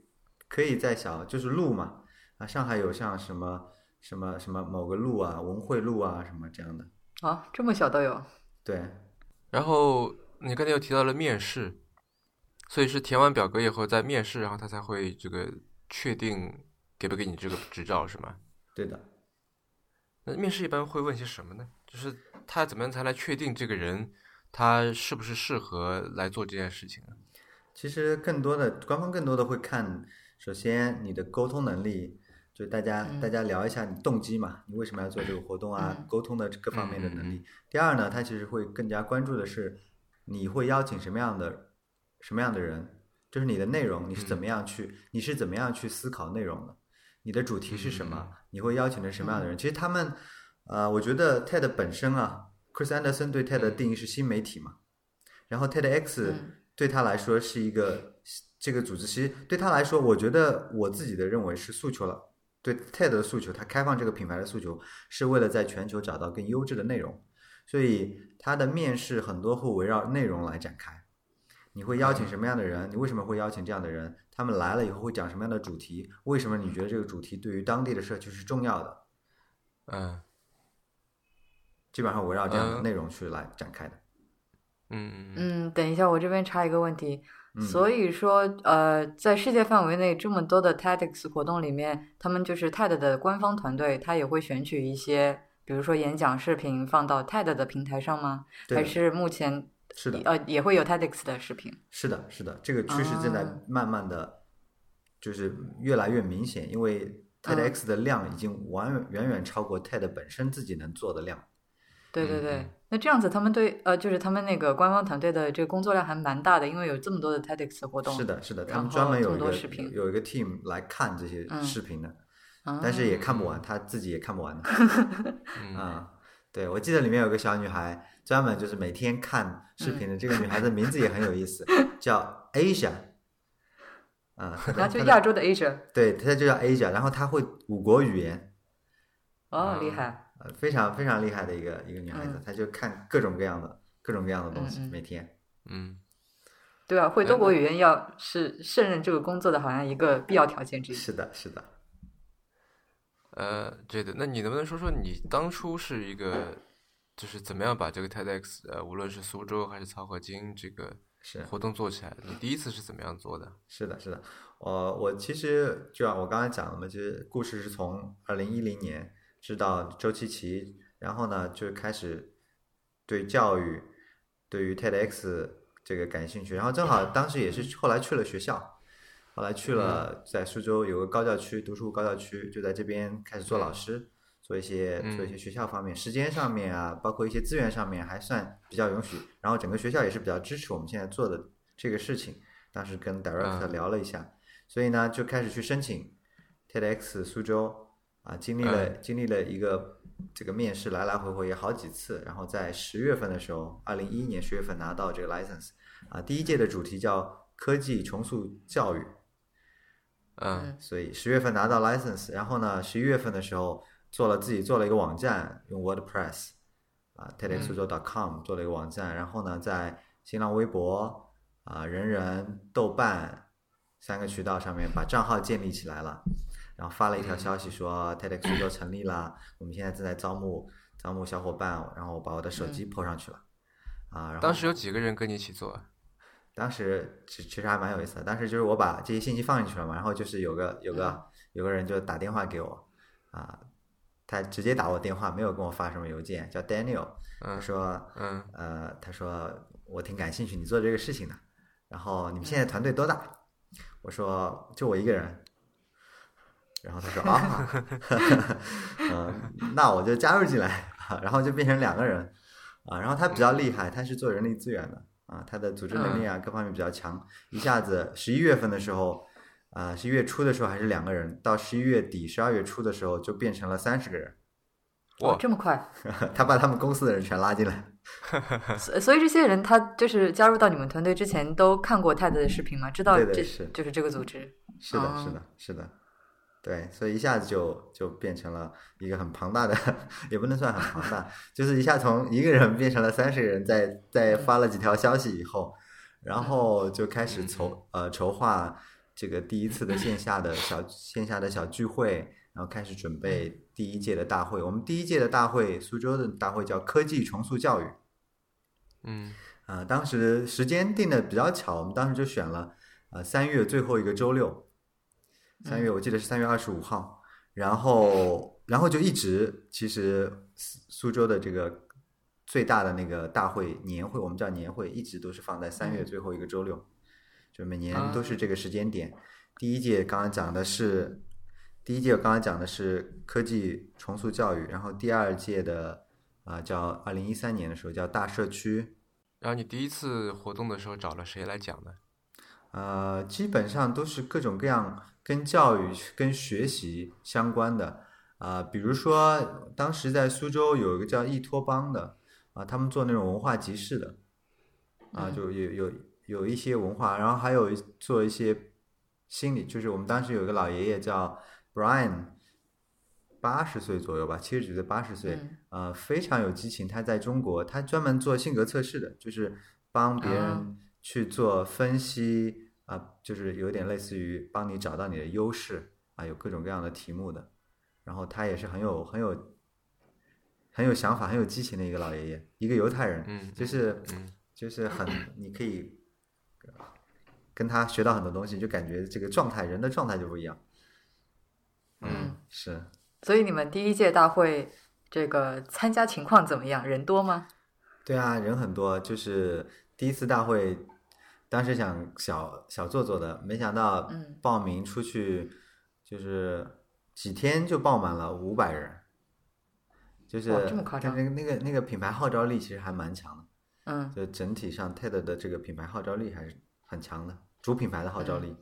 S3: 可以再小，就是路嘛。啊，上海有像什么什么什么某个路啊，文汇路啊，什么这样的。
S2: 啊，这么小都有，
S3: 对，
S1: 然后你刚才又提到了面试，所以是填完表格以后再面试，然后他才会这个确定给不给你这个执照是吗？
S3: 对的。
S1: 那面试一般会问些什么呢？就是他怎么样才来确定这个人他是不是适合来做这件事情呢？
S3: 其实更多的官方更多的会看，首先你的沟通能力，就大家、大家聊一下你动机嘛，你为什么要做这个活动啊，
S2: 嗯
S3: 沟通的各方面的能力。第二呢，他其实会更加关注的是你会邀请什么样的什么样的人，就是你的内容，你是怎么样去、你是怎么样去思考内容的。你的主题是什么？你会邀请的什么样的人？其实他们，呃，我觉得 TED 本身啊，Chris Anderson 对 TED 的定义是新媒体嘛，然后 TEDx
S2: 嗯
S3: 对他来说是一个这个组织，其实对他来说，我觉得我自己的认为是诉求了。对 TED 的诉求，它开放这个品牌的诉求，是为了在全球找到更优质的内容，所以它的面试很多会围绕内容来展开。你会邀请什么样的人？你为什么会邀请这样的人？他们来了以后会讲什么样的主题？为什么你觉得这个主题对于当地的社区是重要的？
S1: 嗯
S3: 基本上围绕这样的
S1: 嗯
S3: 内容去来展开的。
S1: 嗯嗯
S2: 嗯，等一下，我这边插一个问题。
S3: 嗯，
S2: 所以说，呃，在世界范围内这么多的 TEDx 活动里面，他们就是 TED 的官方团队，他也会选取一些，比如说演讲视频放到 TED 的平台上吗？
S3: 对
S2: 还
S3: 的
S2: 是目前
S3: 是的，
S2: 呃也会有 TEDx 的视频？
S3: 是的，是的，这个趋势正在
S2: 啊
S3: 慢慢的，就是越来越明显，因
S2: 嗯
S3: 为 TEDx 的量已经完远远超过 TED 本身自己能做的量。
S2: 对对
S1: 嗯
S2: 对
S1: 嗯，
S2: 那这样子他们对呃，就是他们那个官方团队的这个工作量还蛮大的，因为有这么多的 TEDx 活动。
S3: 是，的，是的，他
S2: 然
S3: 们专
S2: 后
S3: 门
S2: 这
S3: 有
S2: 么
S3: 一
S2: 多
S3: 个
S2: 视频
S3: 有一个 team 来看这些
S2: 嗯
S3: 视频的，
S2: 啊、
S3: 但是也看不完，他自己也看
S2: *laughs*
S3: 不完的。
S1: 嗯
S3: 啊，对，我记得里面有个小女孩，专门就是每天看视频的。这个女孩子名字也很有
S2: *laughs*
S3: 意思，叫 Asia。啊，她
S2: 然
S3: 的
S2: 后就
S3: 她的
S2: 亚洲的 Asia，
S3: 对，她就叫 Asia，然后她会五国语言，
S2: 哦
S1: 啊，
S2: 厉害，
S3: 呃，非常非常厉害的一个一个女孩子
S2: 嗯，
S3: 她就看各种各样的各种各样的东西，
S2: 嗯嗯
S3: 每天。
S1: 嗯
S2: 对啊，会
S1: 哎
S2: 多国
S1: 那
S2: 语言要是胜任这个工作的，好像一个必要条件之一。
S3: 是的，是的。
S1: 呃，对的，那你能不能说说你当初是一个，就是怎么样把这个 TEDx 呃，无论是苏州还是草河金这个
S3: 是
S1: 活动做起来的？你第一次是怎么样做的？
S3: 是的，是的，我我其实就像我刚才讲的嘛，就是故事是从二零一零年知道周其奇，然后呢就开始对教育，对于 TEDx 这个感兴趣，然后正好当时也是后来去了学校，后来去了在苏州有个高教区读书高教区，就在这边开始做老师，做一些做一些学校方面、时间上面啊，包括一些资源上面还算比较允许，然后整个学校也是比较支持我们现在做的这个事情。当时跟 director
S1: 嗯
S3: 聊了一下，所以呢就开始去申请 TEDx 苏州啊，经历了、经历了一个这个面试，来来回回也好几次，然后在十月份的时候，二零一一年十月份拿到这个 license 啊，第一届的主题叫科技重塑教育，
S1: 嗯
S3: 所以十月份拿到 license，然后呢，十一月份的时候做了自己做了一个网站，用 WordPress
S1: 嗯
S3: 啊 TEDxSuzhou.com 做了一个网站，然后呢，在新浪微博啊、人人、豆瓣三个渠道上面把账号建立起来了，然后发了一条消息
S1: 嗯
S3: 说 TEDx 苏州成立啦，我们现在正在招募招募小伙伴，然后我把我的手机 po 上去了啊，然
S1: 嗯
S3: 后
S1: 当时有几个人跟你一起做啊？
S3: 当时其其实还蛮有意思的，当时就是我把这些信息放进去了嘛，然后就是有个有个有个人就打电话给我，啊，他直接打我电话，没有跟我发什么邮件，叫 Daniel，他
S1: 嗯
S3: 说，
S1: 嗯
S3: 呃，他说我挺感兴趣你做这个事情的，然后你们现在团队多大？我说就我一个人，然后他说啊， *laughs* 嗯，那我就加入进来，然后就变成两个人啊。然后他比较厉害，他是做人力资源的啊，他的组织能力啊各方面比较强，一下子十一月份的时候。啊，十一月初的时候还是两个人，到十一月底、十二月初的时候就变成了三十个人， *laughs*
S2: 哦
S1: 哇，
S2: 这么快，
S3: 他把他们公司的人全拉进来，
S2: 所所以这些人他就是加入到你们团队之前都看过 TED 的视频吗？知道
S3: 对的
S2: 这
S3: 是
S2: 就是这个组织。
S3: 是的，是
S2: 哦
S3: 的，是的，对，所以一下子就就变成了一个很庞大的， *laughs* 也不能算很庞大，就是一下从一个人变成了三十个人，在在发了几条消息以后，然后就开始筹呃筹划这个第一次的线下的小线下的小聚会，然后开始准备第一届的大会。我们第一届的大会，苏州的大会叫科技重塑教育，
S1: 嗯
S3: 啊、当时时间定的比较巧，我们当时就选了呃三月最后一个周六，三月我记得是三月二十五号，然后然后就一直其实苏苏州的这个最大的那个大会年会，我们叫年会，一直都是放在三月
S2: 嗯
S3: 最后一个周六，就每年
S1: 啊
S3: 都是这个时间点。第一届刚刚讲的是第一届我刚刚讲的是科技重塑教育，然后第二届的啊、叫二零一三年的时候叫大社区。
S1: 然后你第一次活动的时候找了谁来讲呢？
S3: 呃，基本上都是各种各样、跟教育、跟学习相关的啊、比如说当时在苏州有一个叫易托邦的啊、他们做那种文化集市的啊、
S2: 嗯
S3: 就有有有一些文化，然后还有一做一些心理，就是我们当时有一个老爷爷叫 Brian，八十岁左右吧，七十几岁八十岁，
S2: 嗯
S3: 呃，非常有激情。他在中国，他专门做性格测试的，就是帮别
S2: 啊
S3: 人去做分析啊、就是有点类似于帮你找到你的优势啊、有各种各样的题目的。然后他也是很有很有很有想法、很有激情的一个老爷爷，一个犹太人，
S1: 嗯
S3: 就是
S1: 嗯
S3: 就是很你可以跟他学到很多东西，就感觉这个状态，人的状态就不一样。
S1: 嗯，
S3: 是，
S2: 所以你们第一届大会这个参加情况怎么样？人多吗？
S3: 对啊，人很多，就是第一次大会，当时想小小做做的，没想到
S2: 嗯
S3: 报名出去就是几天就报满了五百人，就是
S2: 哇这么夸
S3: 但
S2: 张
S3: 那个那个那个品牌号召力其实还蛮强的，
S2: 嗯
S3: 就整体上 TED 的这个品牌号召力还是很强的，主品牌的号召
S2: 嗯
S3: 力。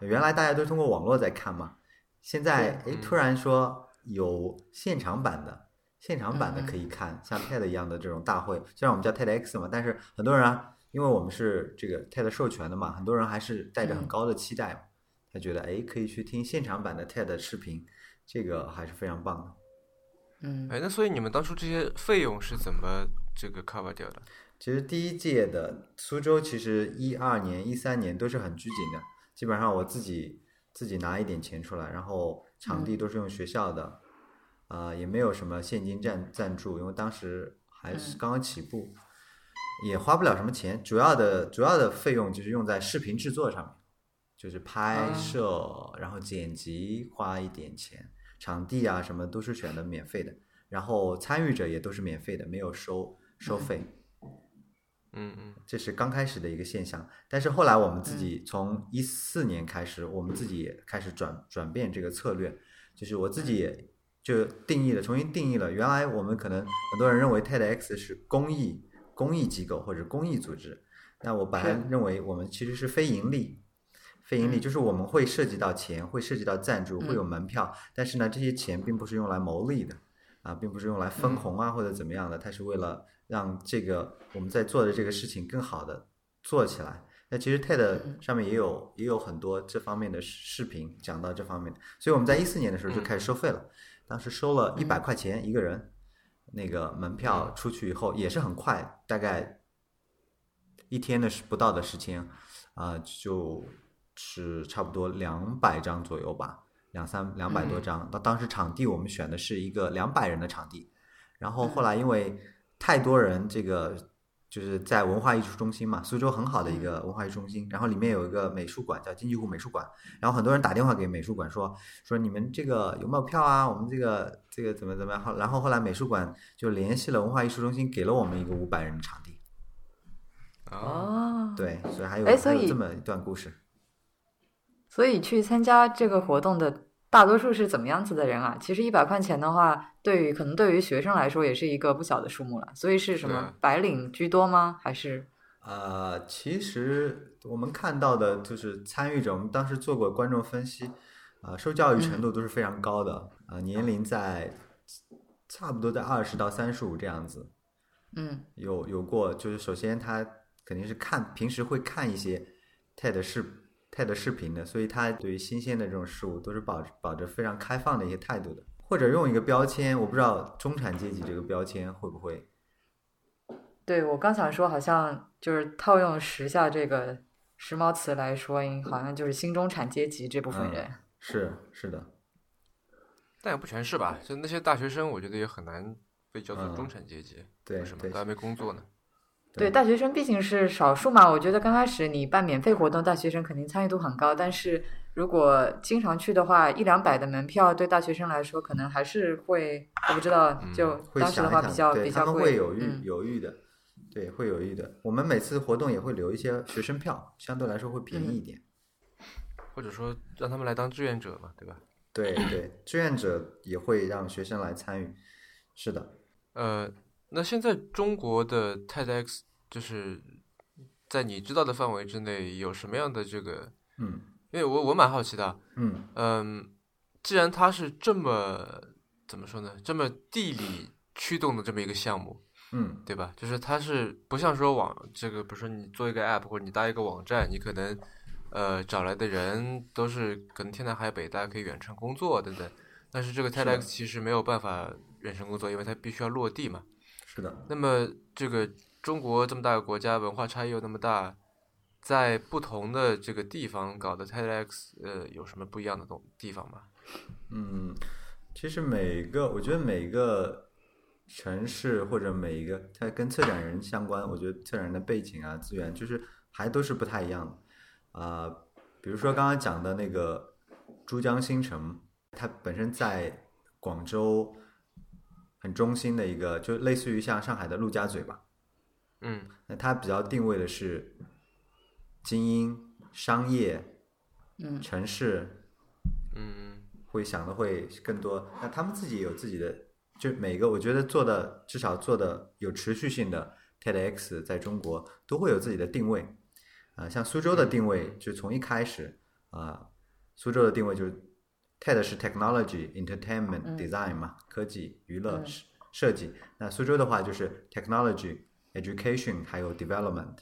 S3: 原来大家都通过网络在看嘛，现在
S2: 嗯
S3: 诶突然说有现场版的，现场版的
S2: 嗯嗯
S3: 可以看，像 TED 一样的这种大会，虽然我们叫 TEDx 嘛，但是很多人啊，因为我们是这个 TED 授权的嘛，很多人还是带着很
S2: 嗯
S3: 高的期待嘛，他觉得诶可以去听现场版的 TED 视频，这个还是非常棒的。
S2: 嗯
S1: 哎，那所以你们当初这些费用是怎么这个 cover 掉的？
S3: 其实第一届的苏州，其实一二年、一三年都是很拘谨的，基本上我自己自己拿一点钱出来，然后场地都是用学校的，啊、也没有什么现金赞赞助，因为当时还是
S2: 嗯
S3: 刚刚起步，也花不了什么钱。主要的主要的费用就是用在视频制作上面，就是拍
S1: 啊
S3: 摄，然后剪辑花一点钱，场地啊什么都是选的免费的，然后参与者也都是免费的，没有收收费。
S1: 嗯嗯
S3: 这是刚开始的一个现象，但是后来我们自
S2: 嗯
S3: 己从一四年开始，我们自己也开始转转变这个策略，就是我自己也就定义了，重新定义了。原来我们可能很多人认为 TEDx 是公益公益机构或者公益组织，那我把它
S2: 是
S3: 认为我们其实是非盈利，非盈利
S2: 嗯
S3: 就是我们会涉及到钱，会涉及到赞助，会有
S2: 嗯
S3: 门票，但是呢，这些钱并不是用来牟利的，啊，并不是用来分红啊或者怎么样的，它是为了让这个我们在做的这个事情更好的做起来。那其实 TED
S2: 嗯
S3: 上面也有也有很多这方面的视频讲到这方面的，所以我们在一四年的时候就开始收费了，当时收了一百块钱一个人，那个门票出去以后也是很快，大概一天的时不到的时间，啊、就是差不多两百张左右吧，两三两百多
S2: 嗯
S3: 张。那、当时场地我们选的是一个两百人的场地，然后
S2: 嗯
S3: 后来因为太多人，这个就是在文化艺术中心嘛，苏州很好的一
S2: 嗯
S3: 个文化艺术中心，然后里面有一个美术馆叫金鸡湖美术馆，然后很多人打电话给美术馆说说你们这个有没有票啊？我们这个这个怎么怎么样？后然后后来美术馆就联系了文化艺术中心，给了我们一个五百人的场地。
S1: 啊，
S2: 哦，
S3: 对，所以还有
S2: 哎所
S3: 还有
S2: 以
S3: 这么一段故事。
S2: 所以去参加这个活动的大多数是怎么样子的人啊？其实一百块钱的话，对于可能对于学生来说也是一个不小的数目了。所以是什
S1: 是
S2: 么
S1: 啊
S2: 白领居多吗？还是
S3: 呃，其实我们看到的就是参与者，我们当时做过观众分析，啊、受教育程度都是非常高的，啊、年龄在差不多在二十到三十五这样子，
S2: 嗯
S3: 有有过，就是首先他肯定是看平时会看一些 TED 视 TED 视频的，所以他对于新鲜的这种事物都是保保着非常开放的一些态度的，或者用一个标签，我不知道中产阶级这个标签会不会
S2: 对我刚想说，好像就是套用时下这个时髦词来说，好像就是新中产阶级这部分
S3: 嗯
S2: 人。
S3: 是是的，
S1: 但也不全是吧？就那些大学生，我觉得也很难被叫做
S3: 嗯
S1: 中产阶级，
S3: 对
S1: 为什么？
S3: 对
S1: 都还没工作呢。
S2: 对，
S3: 对
S2: 大学生毕竟是少数嘛，我觉得刚开始你办免费活动，大学生肯定参与度很高。但是如果经常去的话，一两百的门票对大学生来说，可能还是会，我不知道，就
S3: 嗯会
S2: 当时
S3: 想
S2: 的
S3: 一
S2: 话
S3: 想，
S2: 比较
S3: 对
S2: 比
S3: 他
S2: 较
S3: 们
S2: 贵。
S3: 会有预
S2: 嗯
S3: 有预的，对，会有预的。我们每次活动也会留一些学生票，相对来说会便
S2: 嗯
S3: 宜一点。
S1: 或者说让他们来当志愿者嘛，对吧？
S3: 对对，志愿者也会让学生来参与。是的，
S1: 呃，那现在中国的 TEDx 就是在你知道的范围之内有什么样的这个
S3: 嗯，
S1: 因为我我蛮好奇的，
S3: 嗯
S1: 嗯，既然它是这么怎么说呢，这么地理驱动的这么一个项目，
S3: 嗯
S1: 对吧？就是它是不像说网这个，比如说你做一个 app 或者你搭一个网站，你可能呃找来的人都是可能天南海北，大家可以远程工作等等。但是这个 TEDx 其实没有办法远程工作，因为它必须要落地嘛。
S3: 是的，
S1: 那么这个中国这么大个国家，文化差异又那么大，在不同的这个地方搞的 TEDx，呃，有什么不一样的东地方吗？
S3: 嗯，其实每个我觉得每个城市或者每一个它跟策展人相关，我觉得策展人的背景啊、资源就是还都是不太一样的啊、比如说刚刚讲的那个珠江新城，它本身在广州很中心的一个，就类似于像上海的陆家嘴吧，
S1: 嗯
S3: 那它比较定位的是精英、商业、
S2: 嗯
S3: 城市
S1: 嗯
S3: 会想的会更多。那他们自己也有自己的，就每个我觉得做的至少做的有持续性的 TEDx 在中国都会有自己的定位。啊、像苏州的定位就从一开始啊、苏州的定位就是 TED 是 Technology Entertainment
S2: 嗯
S3: Design 嘛，科技、娱乐、
S2: 嗯
S3: 设设计。那苏州的话就是 Technology Education 还有 Development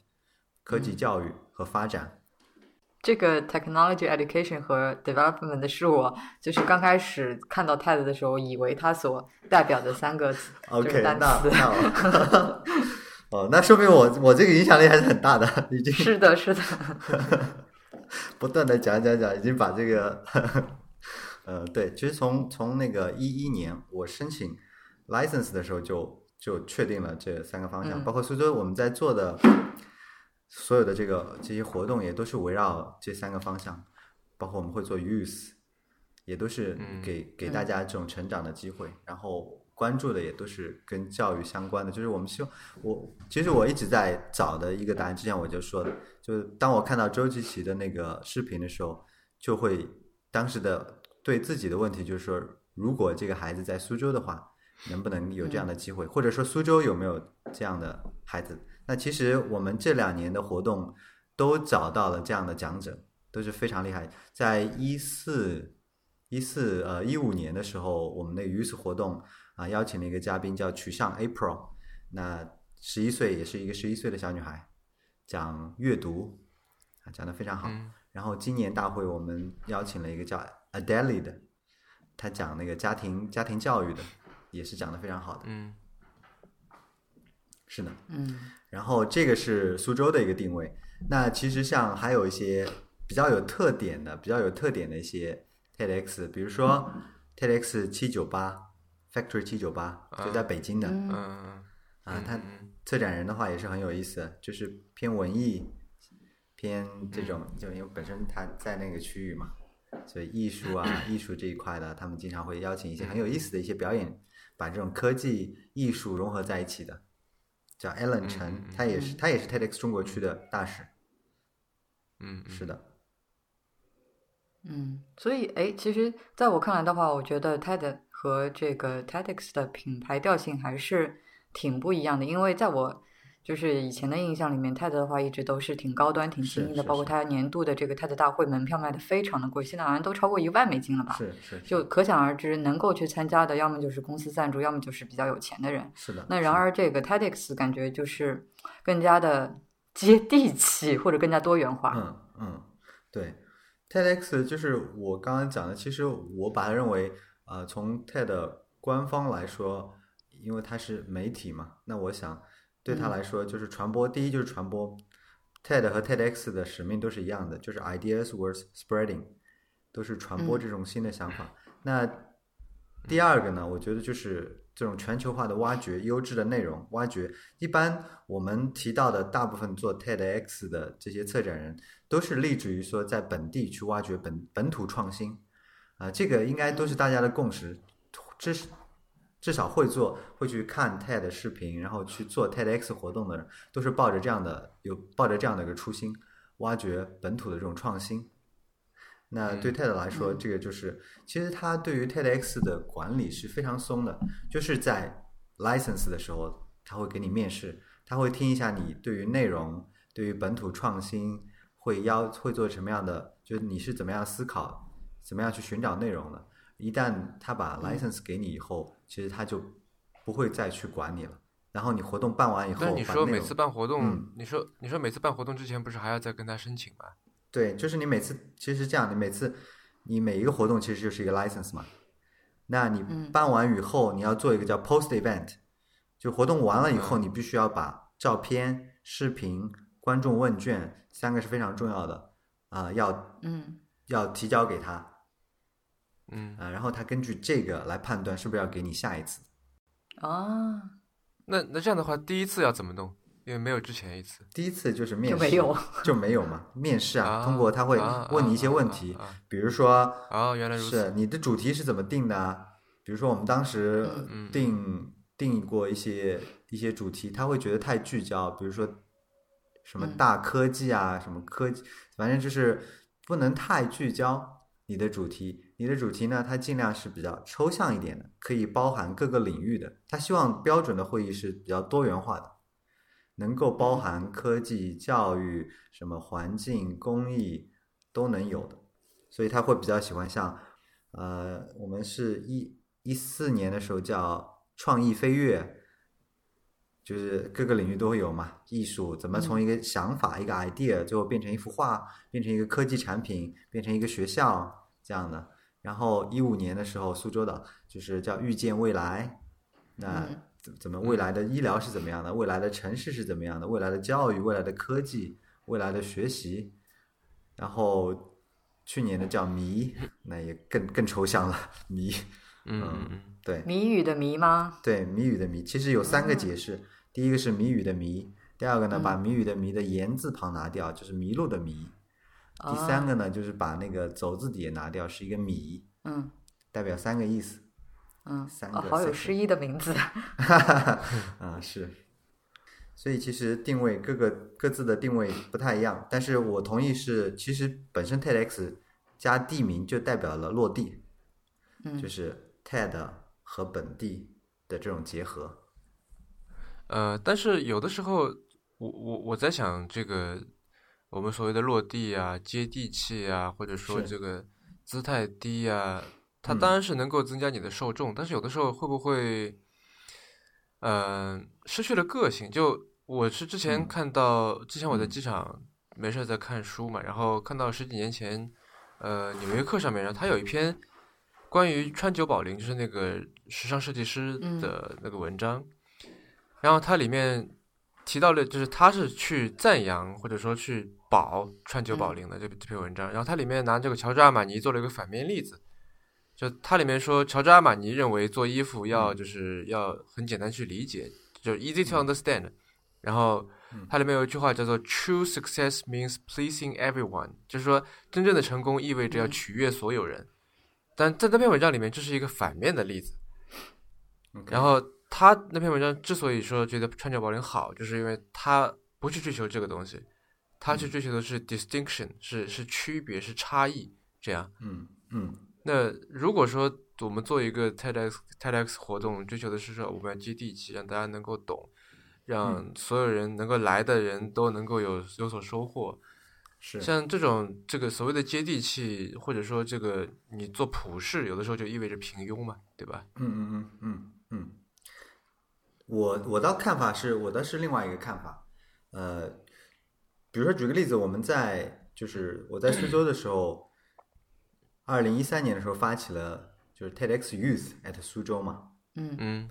S3: 科
S2: 嗯
S3: 技教育和发展。
S2: 这个 technology education 和 development 是我就是刚开始看到 TED 的时候，以为它所代表的三个词就
S3: OK，
S2: 是
S3: 那
S2: 单
S3: 那
S2: 词。 *laughs*
S3: 我哦，那说明我我这个影响力还是很大的， *laughs* 已经
S2: 是的，是的，
S3: 不断的讲讲讲，已经把这个呃，对，其实从从那个一一年我申请 license 的时候就就确定了这三个方向，
S2: 嗯
S3: 包括苏州我们在做的所有的这个这些活动也都是围绕这三个方向，包括我们会做 youth，也都是
S1: 嗯
S3: 给给大家这种成长的机会，然后关注的也都是跟教育相关的。就是我们希望，我其实我一直在找的一个答案，之前我就说的，就是当我看到周吉奇的那个视频的时候，就会当时的对自己的问题就是说，如果这个孩子在苏州的话，能不能有这样的机会，或者说苏州有没有这样的孩子？那其实我们这两年的活动都找到了这样的讲者，都是非常厉害。在一四一四呃一五年的时候，我们那个鱼死活动啊、邀请了一个嘉宾叫曲向 April，那十一岁也是一个十一岁的小女孩，讲阅读啊讲的非常好。
S1: 嗯
S3: 然后今年大会我们邀请了一个叫 Adele 的，她讲那个家庭家庭教育的，也是讲的非常好的。
S1: 嗯
S3: 是的，
S2: 嗯
S3: 然后这个是苏州的一个定位。那其实像还有一些比较有特点的、比较有特点的一些 TEDx，比如说 TEDx 七九八 Factory 七九八，就在北京的
S1: 嗯
S2: 嗯
S1: 嗯
S3: 啊
S1: 嗯，
S3: 它
S1: 嗯
S3: 策展人的话也是很有意思的，就是偏文艺、偏这种，
S1: 嗯
S3: 就因为本身他在那个区域嘛，所以艺术
S1: *clears throat*
S3: 啊、艺术这一块的，他们经常会邀请一些很有意思的一些表演，把这种科技艺术融合在一起的。叫 Alan
S1: 嗯
S3: 陈
S1: 嗯，
S3: 他也是他也是 TEDx 中国区的大使，
S1: 嗯嗯
S3: 是的，
S2: 嗯，所以哎，其实在我看来的话，我觉得 TED 和这个 TEDx 的品牌调性还是挺不一样的，因为在我就是以前的印象里面，TED 的话一直都是挺高端、挺
S3: 是
S2: 精英的，
S3: 是
S2: 包括
S3: 是
S2: 它年度的这个 TED 大会门票卖的非常的贵，现在好像都超过一万美
S1: 嗯
S2: 金了吧？
S3: 是是
S2: 就可想而知，能够去参加的，要么就是公司赞助，要么就是比较有钱的人。
S3: 是的。
S2: 那然而，这个 TEDx 感觉就是更加的接地气，或者更加多元化。
S3: 嗯嗯，对，TEDx 就是我刚刚讲的，其实我把它认为，呃，从 TED 官方来说，因为它是媒体嘛，那我想对它
S2: 嗯
S3: 来说就是传播，第一就是传播，TED 和 TEDx 的使命都是一样的，就是 ideas worth spreading，都是传播
S2: 嗯
S3: 这种新的想法。那第二个呢，我觉得就是这种全球化的挖掘优质的内容挖掘。一般我们提到的大部分做 TEDx 的这些策展人，都是立志于说在本地去挖掘本本土创新啊、这个应该都是大家的共识，至至少会做会去看 TED 视频，然后去做 TEDx 活动的人，都是抱着这样的有抱着这样的一个初心，挖掘本土的这种创新。那对 TED 来说，
S1: 嗯
S3: 这个就是其实它对于 TEDx 的管理是非常松的，就是在 license 的时候，他会给你面试，他会听一下你对于内容、对于本土创新会要会做什么样的就你是怎么样思考，怎么样去寻找内容的。一旦他把
S1: 嗯
S3: license 给你以后，其实他就不会再去管你了。然后你活动办完以后，
S1: 但是你
S3: 把
S1: 说
S3: 内
S1: 每
S3: 容
S1: 次办活动，
S3: 嗯
S1: 你说你说每次办活动之前不是还要再跟他申请吗？
S3: 对，
S1: 嗯
S3: 就是你每次其实是这样，你每次你每一个活动其实就是一个 license 嘛。那你
S2: 嗯
S3: 办完以后，你要做一个叫 post event，就活动完了以
S1: 嗯
S3: 后，你必须要把照片、视频、观众问卷三个是非常重要的啊、要
S2: 嗯
S3: 要提交给他啊、
S1: 嗯，
S3: 然后他根据这个来判断是不是要给你下一次。
S2: 啊，
S1: 那那这样的话，第一次要怎么弄？因为没有之前一次
S3: 第一次就是面
S2: 就
S3: 试，
S2: 没有
S3: 就没有嘛，面试啊，
S1: 啊
S3: 通过他会
S1: 啊
S3: 问你一些
S1: 啊
S3: 问
S1: 啊
S3: 题，
S1: 啊
S3: 比如说
S1: 啊，原来如
S3: 是
S1: 此，
S3: 你的主题是怎么定的啊？比如说我们当时
S1: 嗯
S3: 定、定过一些一些主题，他会觉得太聚焦，比如说什么
S2: 嗯
S3: 大科技啊，什么科技，反正就是不能太聚焦你的主题。你的主题呢，它尽量是比较抽象一点的，可以包含各个领域的。他希望标准的会议是比较多元化的，能够包含科技、教育、什么环境、公益都能有的。所以他会比较喜欢像，呃，我们是一一四年的时候叫创意飞跃，就是各个领域都会有嘛，艺术怎么从一个想法、一个 idea，最后变成一幅画，变成一个科技产品，变成一个学校这样的。然后一五年的时候，苏州岛就是叫遇见未来，那
S2: 嗯
S3: 怎怎么未来的医疗是怎么样的，未来的城市是怎么样的，未来的教育、未来的科技、未来的学习，然后去年的叫迷，那也更更抽象了，迷，
S1: 嗯嗯嗯，
S3: 对
S2: 谜语的谜吗？
S3: 对，谜语的谜，其实有三个解
S2: 嗯
S3: 释，第一个是谜语的谜，第二个呢，把谜语的谜的言字旁拿掉，就是迷路的迷，第三
S2: 啊，
S3: 个呢，就是把那个走字底也拿掉，是一个米，
S2: 嗯
S3: 代表三个意思，
S2: 嗯
S3: 三，个
S2: 哦，好
S3: 三
S2: 有
S3: 个
S2: 诗意的名字。
S3: *laughs* 啊，是。所以其实定位各个各自的定位不太一样，但是我同意是，其实本身 TEDx 加地名就代表了落地，
S2: 嗯
S3: 就是 TED 和本地的这种结合。
S1: 呃，但是有的时候，我我我在想这个我们所谓的落地啊、接地气啊，或者说
S3: 是
S1: 这个姿态低啊，它
S3: 嗯
S1: 当然是能够增加你的受众，但是有的时候会不会，嗯、失去了个性？就我是之前
S3: 嗯
S1: 看到，之前我在
S3: 嗯
S1: 机场没事儿在看书嘛，然后看到十几年前，呃，《纽约客》上面，然后它有一篇关于川久保玲，就是那个时尚设计师
S2: 嗯
S1: 的那个文章，然后它里面提到了，就是他是去赞扬或者说去保川久保玲的这这篇文章，然后它里面拿这个乔治阿玛尼做了一个反面例子，就它里面说乔治阿玛尼认为做衣服要就是要很简单去理解，就是 easy to understand，然后它里面有一句话叫做 “True success means pleasing everyone”，就是说真正的成功意味着要取悦所有人，但在那篇文章里面这是一个反面的例子。
S3: OK
S1: 然后他那篇文章之所以说觉得川久保玲好，就是因为他不去追求这个东西，他去追求的是 distinction，、是是区别，是差异。这样，
S3: 嗯嗯
S1: 那如果说我们做一个 TEDx TEDx 活动，追求的是说我们要接地气，让大家能够懂，让所有人能够来的人都能够有有所收获。
S3: 是
S1: 像这种这个所谓的接地气，或者说这个你做普世，有的时候就意味着平庸嘛，对吧？
S3: 嗯嗯嗯嗯嗯，我我倒看法是，我倒是另外一个看法。呃，比如说举个例子，我们在就是我在苏州的时候，二零一三年的时候发起了就是 TEDx Youth at 苏州嘛，
S2: 嗯
S1: 嗯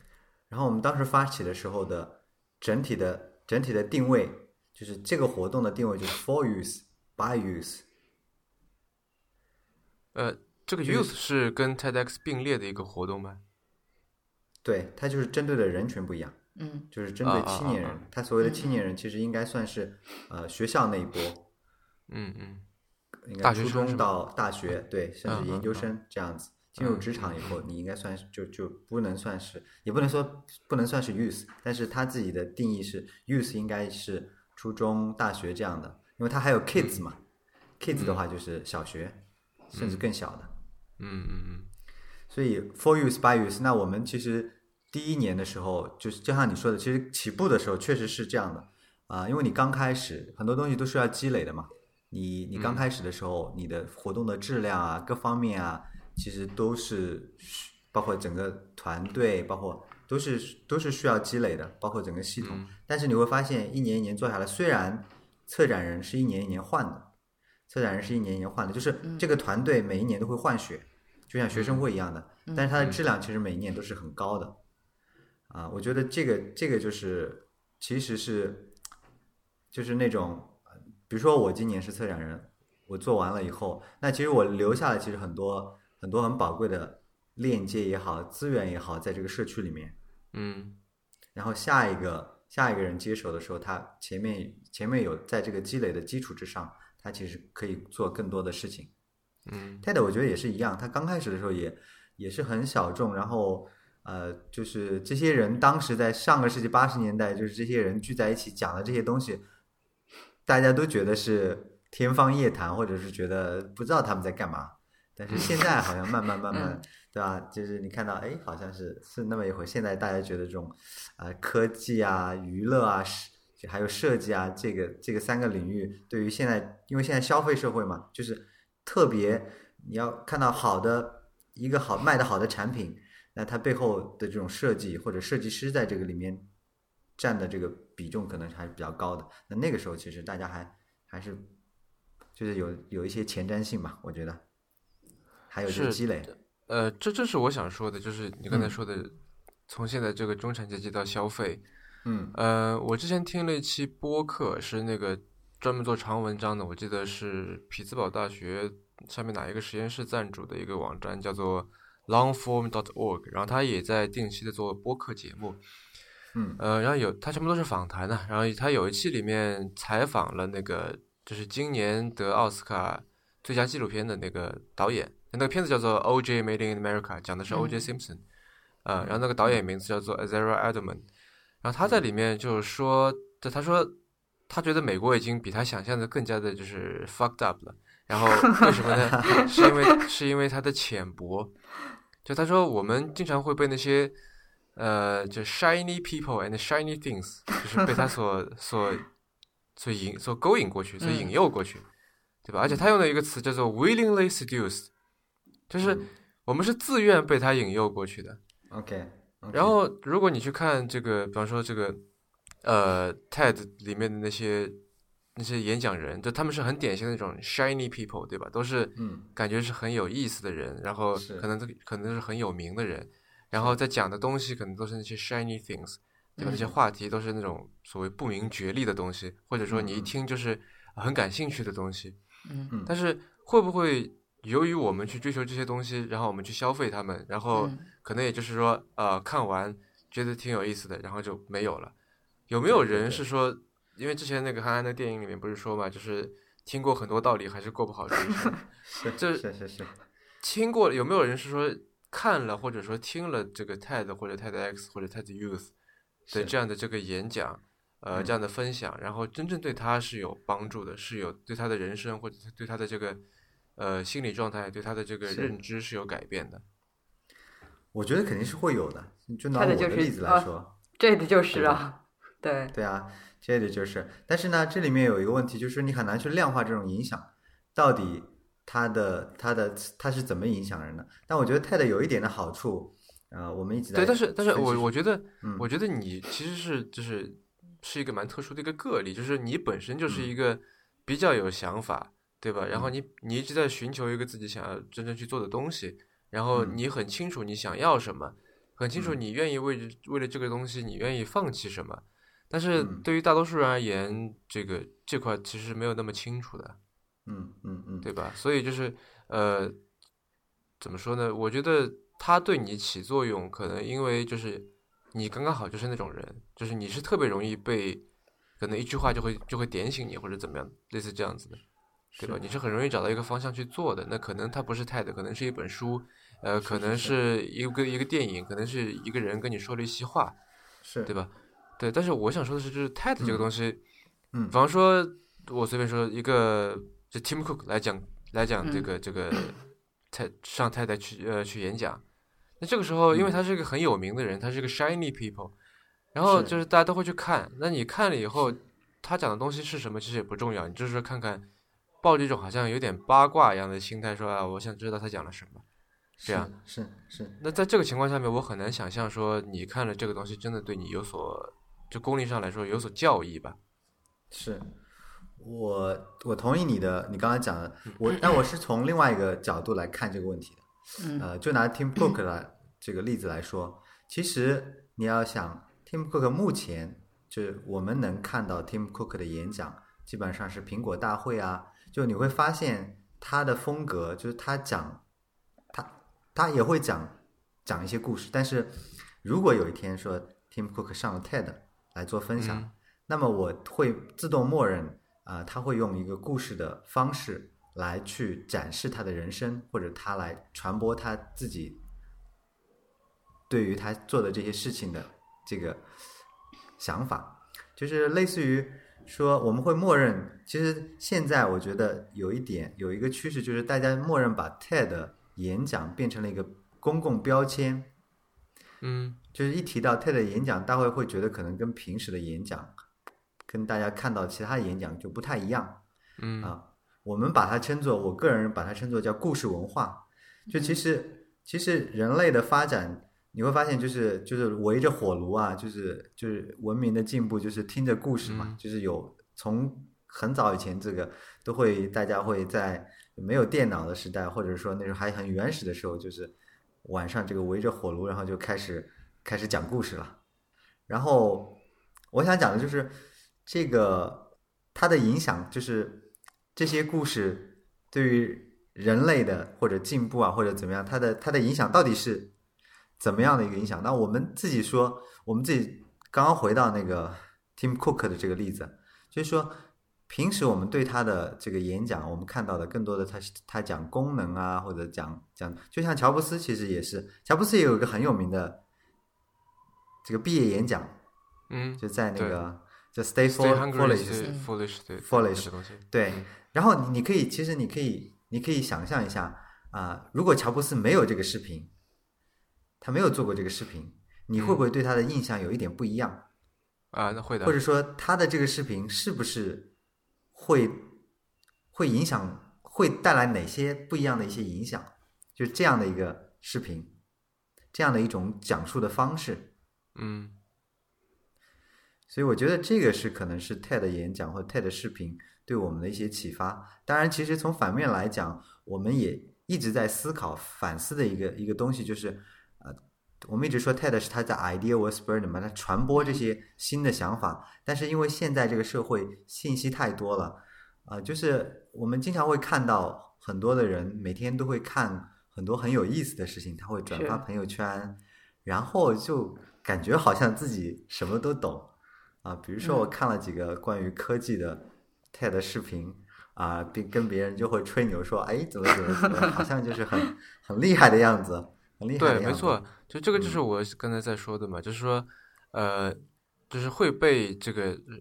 S3: 然后我们当时发起的时候的整体的整体的定位就是这个活动的定位就是 for use by use，
S1: 呃，这个
S3: 就是
S1: Youth 是跟 TEDx 并列的一个活动吗？
S3: 对，它就是针对的人群不一样。
S2: 嗯
S3: 就是针对
S1: 啊啊
S3: 青年人，
S1: 啊啊
S3: 他所谓的青年人其实应该算是呃学校那一波，
S1: 嗯嗯
S3: 应该
S1: 大学
S3: 初
S1: 生是
S3: 中
S1: 吗
S3: 到大学，对，甚
S1: 嗯
S3: 至研
S1: 嗯
S3: 究
S1: 嗯
S3: 生这样子。进入职场以后，你应该算是就就不能算是，也不能说不能算是 youth，但是他自己的定义是 youth 应该是初中、大学这样的，因为他还有 kids 嘛，kids
S1: 嗯
S3: 的话就是小学，甚至更小的。
S1: 嗯嗯嗯，
S3: 所以 for use by use，那我们其实第一年的时候，就是就像你说的，其实起步的时候确实是这样的啊、因为你刚开始很多东西都是要积累的嘛，你你刚开始的时候，你的活动的质量啊，各方面啊，其实都是需包括整个团队，包括都是都是需要积累的，包括整个系
S1: 嗯
S3: 统。但是你会发现，一年一年做下来，虽然策展人是一年一年换的，策展人是一年一年换的，就是这个团队每一年都会换血，就像学生会一样的，但是它的质量其实每一年都是很高的。啊，我觉得这个这个就是其实是就是那种，呃比如说我今年是策展人，我做完了以后，那其实我留下了其实很多很多很宝贵的链接也好，资源也好，在这个社区里面。
S1: 嗯
S3: 然后下一个下一个人接手的时候，他前面前面有在这个积累的基础之上，他其实可以做更多的事情。
S1: 嗯
S3: TED 我觉得也是一样，他刚开始的时候也也是很小众，然后呃，就是这些人当时在上个世纪八十年代，就是这些人聚在一起讲的这些东西，大家都觉得是天方夜谭，或者是觉得不知道他们在干嘛。但是现在好像慢慢慢慢，对吧？就是你看到，哎，好像是是那么一回。现在大家觉得这种，呃，科技啊、娱乐啊、是还有设计啊，这个这个三个领域，对于现在，因为现在消费社会嘛，就是特别你要看到好的一个好卖的好的产品，那它背后的这种设计或者设计师在这个里面占的这个比重可能还是比较高的。那那个时候其实大家还还是就是有有一些前瞻性吧，我觉得。还有就是
S1: 是
S3: 积累，
S1: 呃，这正是我想说的，就是你刚才
S3: 嗯
S1: 说的，从现在这个中产阶级到消费，
S3: 嗯
S1: 呃，我之前听了一期播客，是那个专门做长文章的，我记得是匹兹堡大学下面哪一个实验室赞助的一个网站，叫做 longform.org，然后他也在定期的做播客节目，
S3: 嗯
S1: 呃，然后有他全部都是访谈的、然后他有一期里面采访了那个就是今年得奥斯卡最佳纪录片的那个导演，那个片子叫做《O.J. Made in America》，讲的是 O.J. Simpson，、呃，然后那个导演名字叫做 Azara Edelman，然后他在里面就是说，就他说他觉得美国已经比他想象的更加的就是 fucked up 了，然后为什么呢？是因为是因为他的浅薄，就他说我们经常会被那些呃，就 shiny people and shiny things，就是被他所所所引所勾引过去，所引诱过去，对吧？而且他用的一个词叫做 willingly seduced，就是我们是自愿被他引诱过去的。
S3: ，OK，
S1: 然后，如果你去看这个，比方说这个，呃，TED 里面的那些那些演讲人，就他们是很典型的那种 shiny people，对吧？都是
S3: 嗯
S1: 感觉是很有意思的人，然后
S3: 是
S1: 可能都可能都是很有名的人，然后在讲的东西可能都是那些 shiny things，对吧？那
S3: 嗯
S1: 些话题都是那种所谓不明觉厉的东西，或者说你一听就是很感兴趣的东西。
S2: 嗯
S3: 嗯
S1: 但是会不会由于我们去追求这些东西，然后我们去消费它们，然后
S2: 嗯
S1: 可能也就是说，呃，看完觉得挺有意思的，然后就没有了。有没有
S3: 对对
S1: 人
S3: 对
S1: 是说，因为之前那个韩寒的电影里面不是说嘛，就是听过很多道理，还是过不好这一生。
S3: 是
S1: 这
S3: 是是是，
S1: 听过有没有人是说看了或者说听了这个 TED 或者 TEDx 或者 TED Youth 的
S3: 是
S1: 这样的这个演讲，呃，
S3: 嗯
S1: 这样的分享，然后真正对他是有帮助的，是有对他的人生或者对他的这个呃心理状态、对他的这个
S3: 是
S1: 认知是有改变的。
S3: 我觉得肯定是会有的。就拿
S2: 他
S3: 我
S2: 的
S3: 的
S2: 就是
S3: 例子来
S2: 啊
S3: 说，
S2: 这个就是啊，对，
S3: 对啊，这个就是。但是呢，这里面有一个问题，就是你很难去量化这种影响，到底它的它的它是怎么影响人的？但我觉得 TED 有一点的好处，呃，我们一直在
S1: 对，但是但是
S3: 分析
S1: 我我觉得，
S3: 嗯
S1: 我觉得你其实是就是是一个蛮特殊的一个个例，就是你本身就是
S3: 嗯
S1: 一个比较有想法，对吧？然后你你一直在寻求一个自己想要真正去做的东西，然后
S3: 嗯
S1: 你很清楚你想要什么，很清楚
S3: 嗯
S1: 你愿意为这为了这个东西你愿意放弃什么，但是
S3: 嗯
S1: 对于大多数人而言，这个这块其实没有那么清楚的。
S3: 嗯嗯嗯，
S1: 对吧？所以就是呃，怎么说呢？我觉得它对你起作用，可能因为就是你刚刚好就是那种人，就是你是特别容易被可能一句话就会就会点醒你或者怎么样，类似这样子的，对吧？你是很容易找到一个方向去做的。那可能它不是 TED，可能是一本书，呃，可能是一个一个电影，可能是一个人跟你说了一席话，
S3: 是
S1: 对吧？对，但是我想说的是，就是 TED 这个东西，
S3: 嗯
S1: 比方说，我随便说一个，就 Tim Cook 来讲来讲这个、这个 TED 上 TED 去呃去演讲，那这个时候，
S3: 嗯
S1: 因为他是一个很有名的人，他是一个 shiny people，然后
S3: 是
S1: 就是大家都会去看，那你看了以后，他讲的东西是什么其实也不重要，你就是看看。抱着一种好像有点八卦一样的心态说啊，我想知道他讲了什么。这样
S3: 是是是，
S1: 那在这个情况下面，我很难想象说你看了这个东西真的对你有所，就功利上来说有所教益吧。
S3: 是，我我同意你的，你刚才讲
S1: 嗯
S3: 的，我但我是从另外一个角度来看这个问题的。
S2: 嗯
S3: 呃，就拿 Tim Cook 来这个例子来说，其实你要想 Tim Cook 目前就是我们能看到 Tim Cook 的演讲，基本上是苹果大会啊，就你会发现他的风格就是他讲，他他也会讲讲一些故事，但是如果有一天说 Tim Cook 上了 TED 来做分享，
S1: 嗯
S3: 那么我会自动默认啊、他会用一个故事的方式来去展示他的人生，或者他来传播他自己对于他做的这些事情的这个想法，就是类似于说我们会默认，其实现在我觉得有一点有一个趋势，就是大家默认把 TED 演讲变成了一个公共标签，
S1: 嗯
S3: 就是一提到 TED 演讲大会，会觉得可能跟平时的演讲，跟大家看到其他演讲就不太一样
S1: 嗯
S3: 啊。我们把它称作，我个人把它称作叫故事文化。就其
S1: 嗯
S3: 实，其实人类的发展，你会发现就是就是围着火炉啊，就是就是文明的进步，就是听着故事嘛
S1: 嗯，
S3: 就是有从很早以前这个都会大家会在没有电脑的时代，或者说那时候还很原始的时候，就是晚上这个围着火炉，然后就开始开始讲故事了。然后我想讲的就是这个它的影响，就是这些故事对于人类的或者进步啊，或者怎么样，它的它的影响到底是怎么样的一个影响？那我们自己说，我们自己刚刚回到那个 Tim Cook 的这个例子，就是说。平时我们对他的这个演讲，我们看到的更多的他是他讲功能啊，或者讲讲，就像乔布斯其实也是，乔布斯也有一个很有名的这个毕业演讲，
S1: 嗯
S3: 就在那
S1: 对
S3: 个就 Stay
S1: ，stay
S3: for
S1: hungry
S3: Foolish，
S1: is foolish，对这
S3: Foolish
S1: 个东西，
S3: 对。然后你你可以，其实你可以，你可以想象一下啊、如果乔布斯没有这个视频，他没有做过这个视频，你
S1: 嗯
S3: 会不会对他的印象有一点不一样？
S1: 啊，那会的
S3: 或，者说他的这个视频是不是会会影响，会带来哪些不一样的一些影响？就这样的一个视频，这样的一种讲述的方式，
S1: 嗯
S3: 所以我觉得这个是可能是 TED 演讲或 TED 视频对我们的一些启发。当然，其实从反面来讲，我们也一直在思考、反思的一个一个东西，就是呃，我们一直说 TED 是它在 idea was burning 嘛，它传播这些新的想法。但是因为现在这个社会信息太多了，啊、就是我们经常会看到很多的人每天都会看很多很有意思的事情，他会转
S2: 是
S3: 发朋友圈，然后就感觉好像自己什么都懂。啊，比如说我
S2: 嗯
S3: 看了几个关于科技的 TED 视频啊，并跟别人就会吹牛说，哎，怎么怎么怎么，好像就是很很厉害的样子，很厉害的
S1: 对，
S3: 样子。嗯
S1: 没错，，就这个就是我刚才在说的嘛，就是说，呃，就是会被这个呃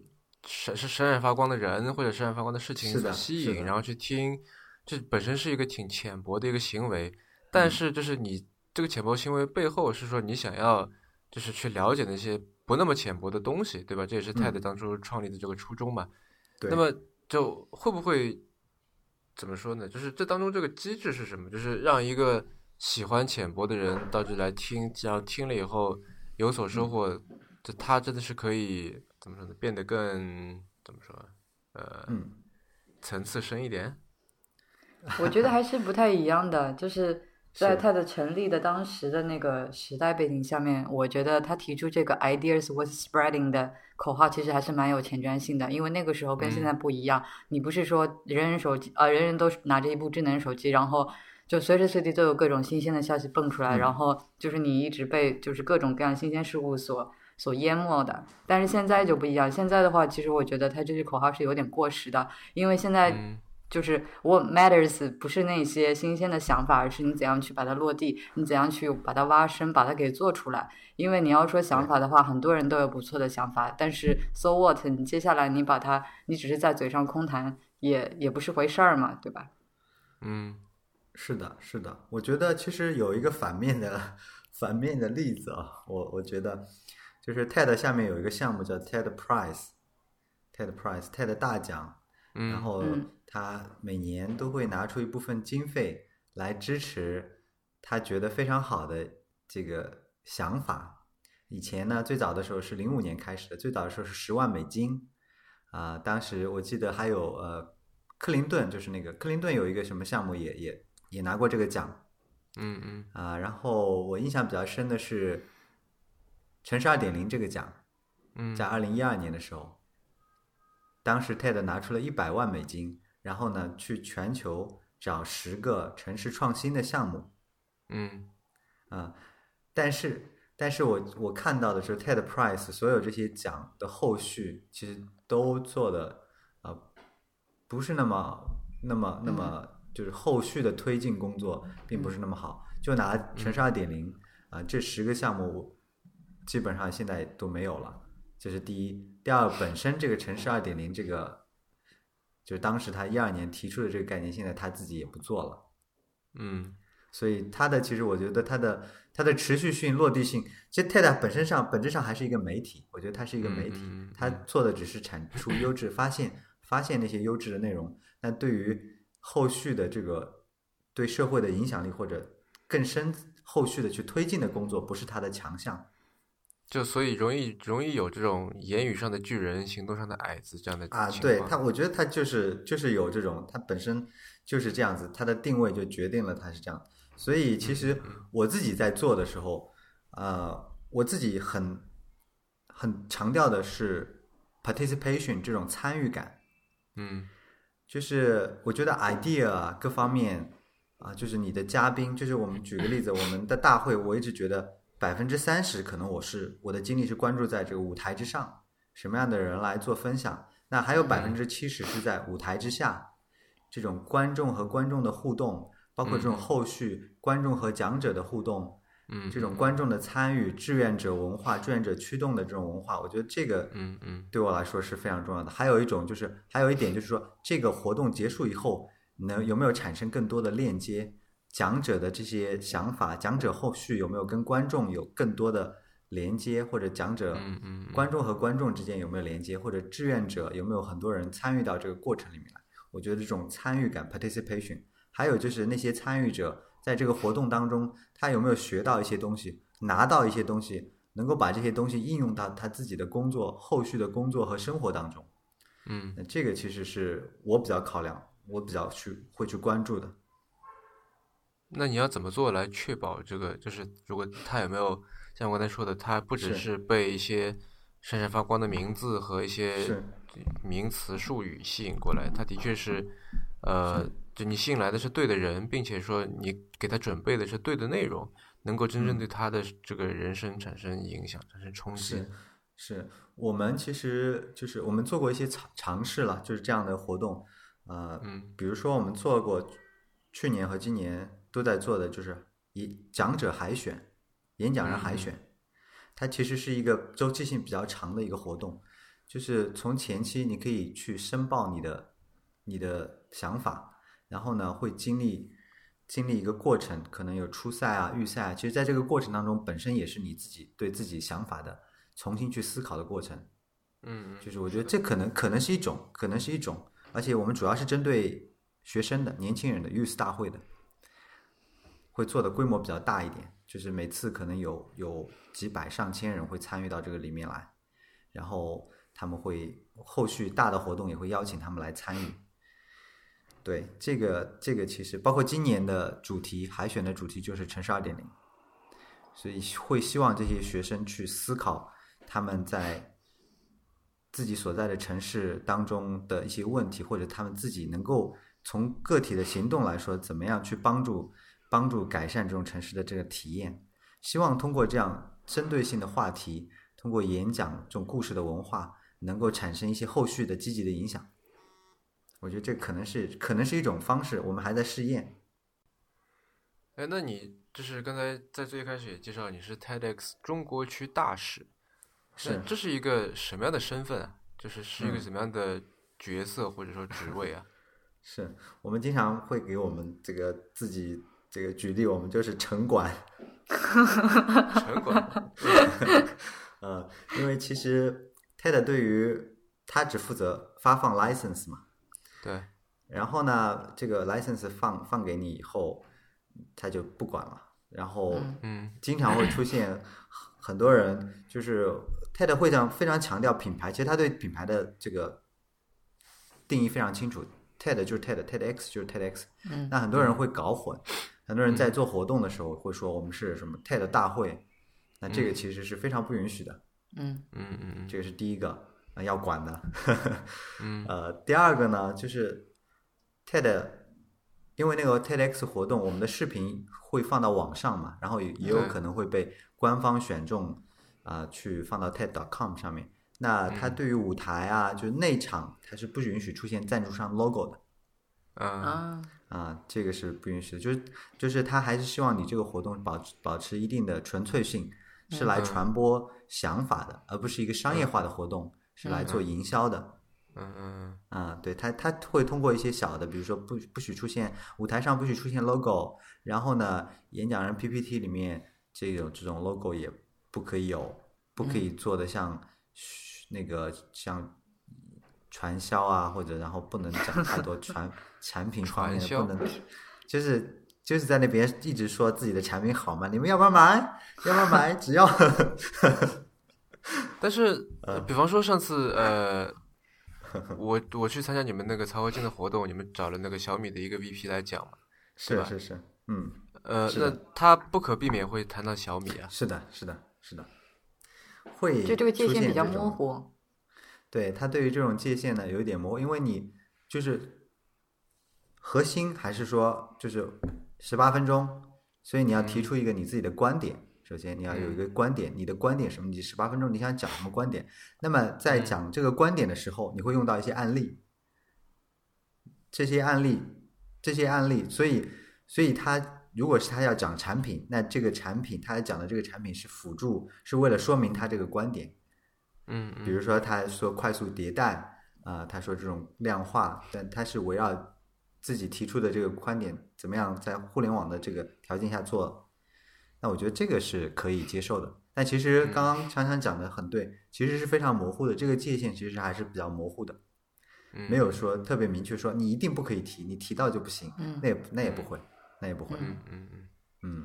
S1: 闪是闪闪发光的人或者闪闪发光的事情
S3: 是
S1: 所
S3: 的
S1: 吸
S3: 是
S1: 引，
S3: 的
S1: 然后去听，这本身是一个挺浅薄的一个行为，
S3: 嗯
S1: 但是就是你这个浅薄行为背后是说你想要就是去了解那些不那么浅薄的东西，对吧？这也是泰德
S3: 嗯
S1: 当初创立的这个初衷嘛。
S3: 对，
S1: 那么就会不会怎么说呢？就是这当中这个机制是什么？就是让一个喜欢浅薄的人到这来听，然后听了以后有所收获，就他真的是可以怎么说呢？变得更怎么说？呃，
S3: 嗯，
S1: 层次深一点。
S2: 我觉得还是不太一样的，就是在
S3: 是
S2: 它的成立的当时的那个时代背景下面，我觉得他提出这个 “ideas was spreading” 的口号，其实还是蛮有前瞻性的，因为那个时候跟现在
S3: 嗯
S2: 不一样，你不是说人人手机啊、人人都拿着一部智能手机，然后。就随时随地都有各种新鲜的消息蹦出来，
S3: 嗯
S2: 然后就是你一直被就是各种各样新鲜事物所所淹没的。但是现在就不一样，现在的话，其实我觉得他这句口号是有点过时的，因为现在
S1: 嗯
S2: 就是 what matters 不是那些新鲜的想法，而是你怎样去把它落地，你怎样去把它挖深，把它给做出来。因为你要说想法的话，很多人都有不错的想法，但是 so what？你接下来你把它，你只是在嘴上空谈，也也不是回事儿嘛，对吧？
S1: 嗯
S3: 是的，是的，我觉得其实有一个反面的反面的例子啊，我我觉得就是 TED 下面有一个项目叫 TED Prize，TED Prize TED 大奖，
S1: 嗯
S3: 然后
S2: 嗯
S3: 他每年都会拿出一部分经费来支持他觉得非常好的这个想法。以前呢，最早的时候是零五年开始的，最早的时候是十万美金啊、当时我记得还有呃，克林顿就是那个克林顿有一个什么项目也也也拿过这个奖，
S1: 嗯嗯
S3: 啊，然后我印象比较深的是《城市二点零》这个奖，
S1: 嗯，
S3: 在二零一二年的时候，当时 TED 拿出了一百万美金，然后呢去全球找十个城市创新的项目
S1: 嗯
S3: 啊，但是但是我我看到的是 TED Prize 所有这些奖的后续其实都做的啊、呃不是那么那么那么就是后续的推进工作并不是那么好，就拿城市二点零啊这十个项目基本上现在都没有了，这是第一。第二，本身这个城市二点零这个，就是当时他一二年提出的这个概念，现在他自己也不做了。
S1: 嗯
S3: 所以它的其实我觉得它的它的持续性、落地性，其实 TED 本身上本质上还是一个媒体，我觉得它是一个媒体
S1: 嗯嗯嗯，
S3: 它做的只是产出优质，发现发现那些优质的内容，但对于后续的这个对社会的影响力或者更深后续的去推进的工作，不是它的强项。
S1: 就所以容易容易有这种言语上的巨人，行动上的矮子这样的
S3: 啊，
S1: 情
S3: 对
S1: 况
S3: 它，我觉得它就是就是有这种，它本身就是这样子，它的定位就决定了它是这样。所以其
S1: 嗯
S3: 实我自己在做的时候，呃，我自己很很强调的是 participation 这种参与感，
S1: 嗯
S3: 就是我觉得 idea 啊各方面啊，就是你的嘉宾，就是我们举个例子，我们的大会，我一直觉得百分之三十可能我是我的精力是关注在这个舞台之上，什么样的人来做分享，那还有百分之七十是在舞台之下，这种观众和观众的互动，包括这种
S1: 嗯
S3: 后续观众和讲者的互动，
S1: 嗯，
S3: 这种观众的参与、志愿者文化、志愿者驱动的这种文化，我觉得这个
S1: 嗯嗯
S3: 对我来说是非常重要的。还有一种就是，还有一点就是说，这个活动结束以后，能有没有产生更多的链接？讲者的这些想法，讲者后续有没有跟观众有更多的连接，或者讲者、
S1: 嗯嗯，
S3: 观众和观众之间有没有连接，或者志愿者有没有很多人参与到这个过程里面来？我觉得这种参与感 （participation），还有就是那些参与者在这个活动当中，他有没有学到一些东西，拿到一些东西，能够把这些东西应用到他自己的工作、后续的工作和生活当中。
S1: 嗯
S3: 那这个其实是我比较考量，我比较去会去关注的。
S1: 那你要怎么做来确保这个？就是如果他有没有像我刚才说的，他不只
S3: 是
S1: 是被一些闪闪发光的名字和一些
S3: 是
S1: 名词术语吸引过来，他的确是，呃，就你吸引来的是对的人，并且说你给他准备的是对的内容，能够真正
S3: 嗯
S1: 对他的这个人生产生影响、产生冲击
S3: 是。是我们其实就是我们做过一些尝尝试了，就是这样的活动，呃，
S1: 嗯
S3: 比如说我们做过去年和今年都在做的就是演讲者海选，演讲人海选，它其实是一个周期性比较长的一个活动，就是从前期你可以去申报你的你的想法，然后呢会经历经历一个过程，可能有初赛啊、预赛啊，其实在这个过程当中本身也是你自己对自己想法的重新去思考的过程。
S1: 嗯，
S3: 就是我觉得这可能可能是一种，可能是一种，而且我们主要是针对学生的、年轻人的 Youth 大会的，会做的规模比较大一点，就是每次可能有有几百上千人会参与到这个里面来，然后他们会后续大的活动也会邀请他们来参与。对，这个这个其实包括今年的主题海选的主题就是城市二点零，所以会希望这些学生去思考他们在自己所在的城市当中的一些问题，或者他们自己能够从个体的行动来说，怎么样去帮助帮助改善这种城市的这个体验。希望通过这样针对性的话题，通过演讲这种故事的文化，能够产生一些后续的积极的影响。我觉得这可能是可能是一种方式，我们还在试验。
S1: 哎，那你就是刚才在最开始也介绍你是 TEDx 中国区大使，那
S3: 是
S1: 这是一个什么样的身份啊？就是是一个
S3: 嗯
S1: 什么样的角色或者说
S3: *laughs*
S1: 职位啊？
S3: 是，我们经常会给我们这个自己这个举例，我们就是城管。
S1: 城管，
S3: 呃，因为其实 TED 对于它只负责发放 license 嘛，
S1: *laughs* 对，
S3: 然后呢，这个 license 放放给你以后，他就不管了。然后，
S1: 嗯，
S3: 经常会出现很多人，就是 TED 会上非常强调品牌，其实他对品牌的这个定义非常清楚。TED 就是 TED，TEDx 就是 TEDx。
S2: 嗯
S3: 那很多人会搞混，很多人在做活动的时候会说我们是什么 TED 大会，那这个其实是非常不允许的。
S2: 嗯
S1: 嗯嗯嗯
S3: 这个是第一个啊、呃要管的。
S1: 嗯
S3: *laughs* 呃，第二个呢，就是 TED，因为那个 TEDx 活动，我们的视频会放到网上嘛，然后也也有
S1: 对
S3: 可能会被官方选中啊、去放到 TED.com 上面。那它
S1: 嗯
S3: 对于舞台啊，就内场，它是不允许出现赞助商 logo 的
S1: 啊
S2: 啊
S3: 啊、这个是不允许的。就是就是，它还是希望你这个活动保持保持一定的纯粹性，是来
S1: 嗯
S3: 传播想法的，而不是一个商业化的活动，是来做营销的。
S1: 嗯嗯
S3: 啊，对，它它会通过一些小的，比如说不不许出现舞台上不许出现 logo，然后呢，演讲人 PPT 里面这种这种 logo 也不可以有，不可
S2: 嗯
S3: 以做的像嘘那个像传销啊，或者然后不能讲太多传 *laughs* 产品方面
S1: 传
S3: 的，
S1: 销
S3: 不能就是。就是在那边一直说自己的产品好嘛，你们要不要买？要不要买？
S2: *laughs*
S3: 只要
S1: 嗯。但是，呃比方说上次呃，我我去参加你们那个曹和静的活动，你们找了那个小米的一个 VP 来讲嘛，
S3: 是
S1: 吧
S3: 是是，嗯，
S1: 呃，
S3: 是
S1: 那
S3: 的
S1: 他不可避免会谈到小米啊，
S3: 是的，是的，是的，会
S2: 就这个界
S3: 出
S2: 限比
S3: 现
S2: 较
S3: 这种
S2: 模糊。
S3: 对他对于这种界限呢有一点模糊，因为你就是核心还是说就是十八分钟，所以你要提出一个你自己的观点。首先你要有一个观点，你的观点是什么？你十八分钟你想讲什么观点？那么在讲这个观点的时候，你会用到一些案例，这些案例，这些案例，所以所以他如果是他要讲产品，那这个产品他讲的这个产品是辅助，是为了说明他这个观点。
S1: 嗯
S3: 比
S1: 嗯
S3: 如说他说快速迭代啊、他说这种量化，但他是围绕自己提出的这个观点，怎么样在互联网的这个条件下做，那我觉得这个是可以接受的。但其
S1: 嗯
S3: 实刚刚强强讲的很对，其实是非常模糊的，这个界限其实还是比较模糊的，
S1: 嗯，
S3: 没有说特别明确说你一定不可以提，你提到就不行，
S2: 嗯
S3: 那也那也不会，那也不会，
S1: 嗯，嗯嗯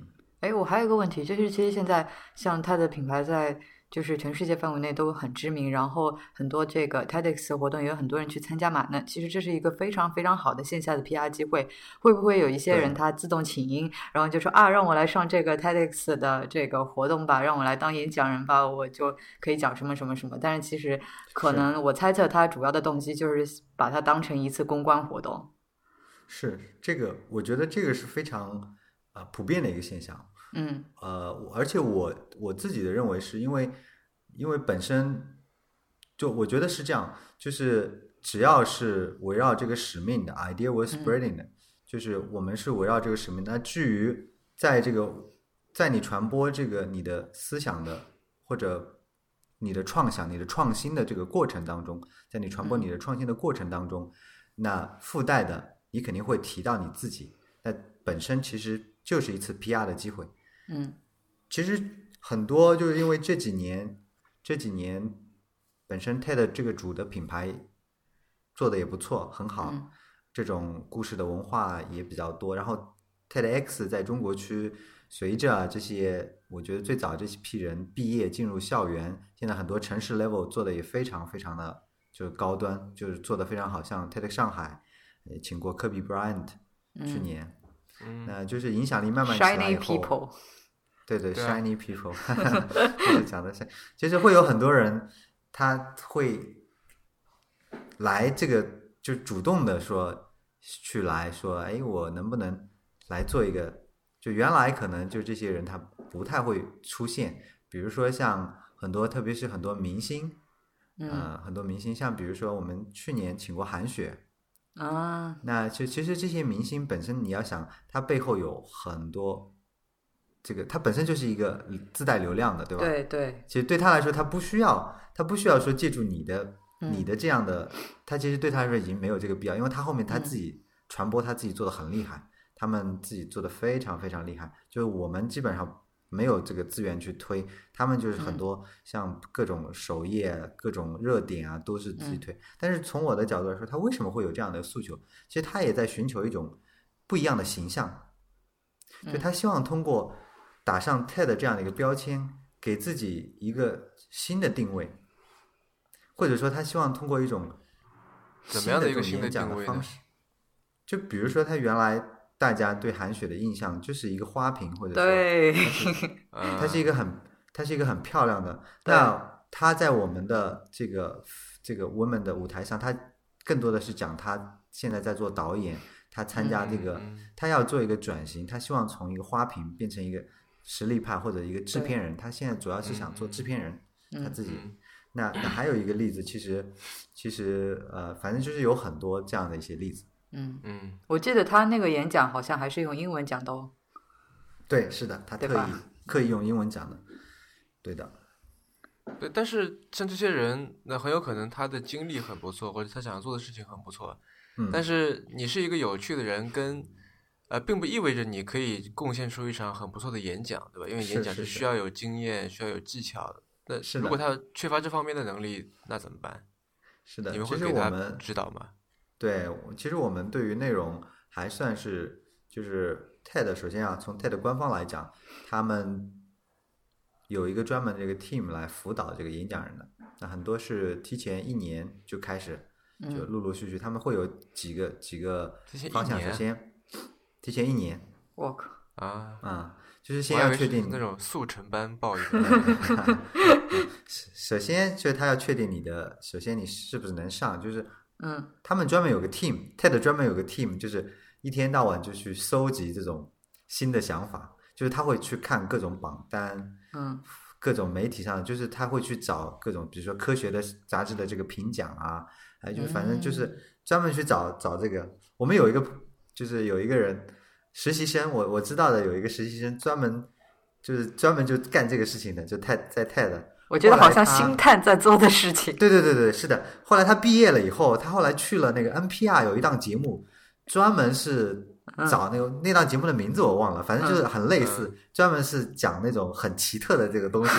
S3: 嗯，
S2: 哎，我还有一个问题，就是其实现在像它的品牌在就是全世界范围内都很知名，然后很多这个 TEDx 的活动也有很多人去参加嘛。那其实这是一个非常非常好的线下的 PR 机会，会不会有一些人
S3: 对
S2: 他自动请缨，然后就说啊，让我来上这个 TEDx 的这个活动吧，让我来当演讲人吧，我就可以讲什么什么什么。但是其实可
S3: 是
S2: 能我猜测他主要的动机就是把它当成一次公关活动。
S3: 是这个，我觉得这个是非常啊、普遍的一个现象，
S2: 嗯
S3: 呃，我而且我我自己的认为是因为，因为本身就我觉得是这样，就是只要是围绕这个使命的 idea was spreading 的，就是我们是围绕这个使命的。那至于在这个在你传播这个你的思想的或者你的创想、你的创新的这个过程当中，在你传播你的创新的过程当中，那附带的你肯定会提到你自己，那本身其实就是一次 PR 的机会。
S2: 嗯
S3: 其实很多就是因为这几年，这几年本身 TED 这个主的品牌做的也不错，很好，
S2: 嗯
S3: 这种故事的文化也比较多。然后 TEDx 在中国区，随着这些我觉得最早这批人毕业进入校园，现在很多城市 level 做的也非常非常的就是高端，就是做的非常好，像 TED 上海呃请过科比 Bryant 去
S2: 嗯
S3: 年，
S1: 嗯
S3: 那就是影响力慢慢起来以
S2: ，Shiny
S3: 后。
S2: people，
S3: 对对
S1: 对啊
S3: s h i n y people，就是讲 *laughs* 的是，就是会有很多人他会来这个，就主动的说去来说，哎，我能不能来做一个？就原来可能就这些人他不太会出现，比如说像很多，特别是很多明星，
S2: 嗯
S3: 呃，很多明星，像比如说我们去年请过韩雪，
S2: 啊。
S3: 那其其实这些明星本身，你要想，它背后有很多，这个它本身就是一个自带流量的，对吧？
S2: 对对，
S3: 其实对他来说，他不需要，他不需要说借助你的、你的这样的，他其实对他来说已经没有这个必要，因为他后面他自己传播，他自己做的很厉害，他们自己做的非常非常厉害。就是我们基本上没有这个资源去推，他们就是很多像各种首页、各种热点啊，都是自己推。但是从我的角度来说，他为什么会有这样的诉求？其实他也在寻求一种不一样的形象，
S1: 嗯
S3: 就他希望通过打上 TED 这样的一个标签，给自己一个新的定位，或者说他希望通过一种
S1: 怎么样的一个
S3: 新
S1: 新
S3: 的
S1: 的
S3: 这种演讲
S1: 定
S3: 的
S1: 位
S3: 方
S1: 呢？
S3: 式。就比如说，他原来大家对韩雪的印象就是一个花瓶，或者说
S2: 对，
S1: 嗯
S3: 它是一个很，它是一个很漂亮的。
S2: 对
S3: 那它在我们的这个这个 woman 的舞台上，它更多的是讲她现在在做导演，她参加这个，
S1: 嗯
S3: 她要做一个转型，她希望从一个花瓶变成一个实力派或者一个制片人。她现在主要是想做制片人，她自己。
S1: 嗯
S3: 那那还有一个例子，其实其实呃，反正就是有很多这样的一些例子。
S2: *laughs* 嗯，
S1: 嗯，
S2: 我记得他那个演讲好像还是用英文讲的哦。
S3: 对，是的，他
S2: 对
S3: 特
S2: 吧
S3: 意刻意用英文讲的，对的。
S1: 对，但是像这些人，那很有可能他的经历很不错，或者他想做的事情很不错，
S3: 嗯
S1: 但是你是一个有趣的人，跟呃，并不意味着你可以贡献出一场很不错的演讲，对吧？因为
S3: 是
S1: 演讲
S3: 是
S1: 是
S3: 是
S1: 需要有经验、需要有技巧的。那
S3: 是
S1: 如果
S3: 的
S1: 他缺乏这方面的能力，那怎么办？
S3: 是的，
S1: 你们
S3: 其
S1: 会
S3: 实
S1: 给
S3: 我
S1: 他
S3: 们
S1: 指导吗？
S3: 对，我其实我们对于内容还算是就是 TED，首先啊，从 TED 官方来讲，他们有一个专门的这个 team 来辅导这个演讲人的，那很多是提前一年就开始，就陆陆续续，他们会有几个几个
S1: 提前一
S3: 方向，首
S1: 年
S3: 先提前一年
S2: 我靠，
S1: 啊，
S3: 啊、就是
S1: 我
S3: 先
S1: 还以
S3: 要
S1: 为
S3: 确
S1: 是
S3: 定嗯
S1: 那种速成班报一个
S3: 首先就是他要确定你的，首先你是不是能上，就是
S2: 嗯，
S3: 他们专门有个 team，TED 专门有个 team，就是一天到晚就去搜集这种新的想法，就是他会去看各种榜单，
S2: 嗯，
S3: 各种媒体上，就是他会去找各种，比如说科学的杂志的这个评奖啊，还有就是反正就是专门去找找这个。我们有一个就是有一个人实习生，我我知道的有一个实习生专门就是专门就干这个事情的，就 TED 在 TED。
S2: 我觉得
S3: 后来
S2: 好像
S3: 他
S2: 星探在做的事
S3: *laughs*
S2: 情。
S3: 对对对对，是的。后来他毕业了以后，他后来去了那个 NPR 有一档节目，专门是找那个、那档节目的名字我忘了，反正就是很类似，专门是讲那种很奇特的这个东西，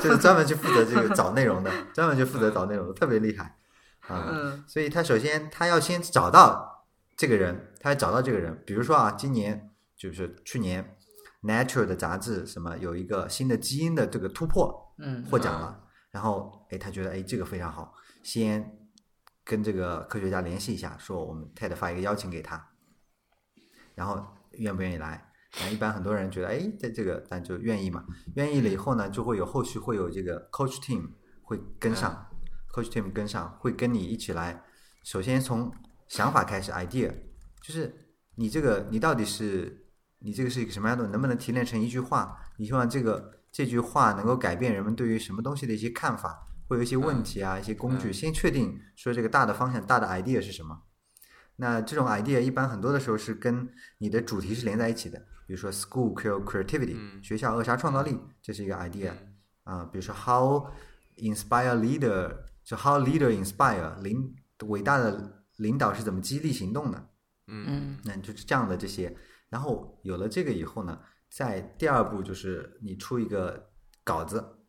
S3: 就是专门去负责这个找内容的，专门去负责找内容的，特别厉害啊。
S2: 嗯
S3: 所以他首先他要先找到这个人，他要找到这个人。比如说啊，今年就是去年《Nature》的杂志什么有一个新的基因的这个突破
S2: 嗯
S3: 获奖了，然后哎他觉得哎这个非常好，先跟这个科学家联系一下，说我们 TED 发一个邀请给他，然后愿不愿意来？那一般很多人觉得哎这这个但就愿意嘛，愿意了以后呢，就会有后续会有这个 coach team 会跟上、c o a c h team 跟上，会跟你一起来。首先从想法开始，idea，就是你这个你到底是你这个是一个什么样的，能不能提炼成一句话？你希望这个这句话能够改变人们对于什么东西的一些看法，会有一些问题啊，一些工具，先确定说这个大的方向、大的 idea 是什么。那这种 idea 一般很多的时候是跟你的主题是连在一起的，比如说 school kill creativity，、
S1: 嗯
S3: 学校扼杀创造力，这是一个 idea 啊、比如说 how inspire leader，就 how leader inspire 领伟大的领导是怎么激励行动的，
S2: 嗯
S3: 那就是这样的这些。然后有了这个以后呢，在第二步就是你出一个稿子，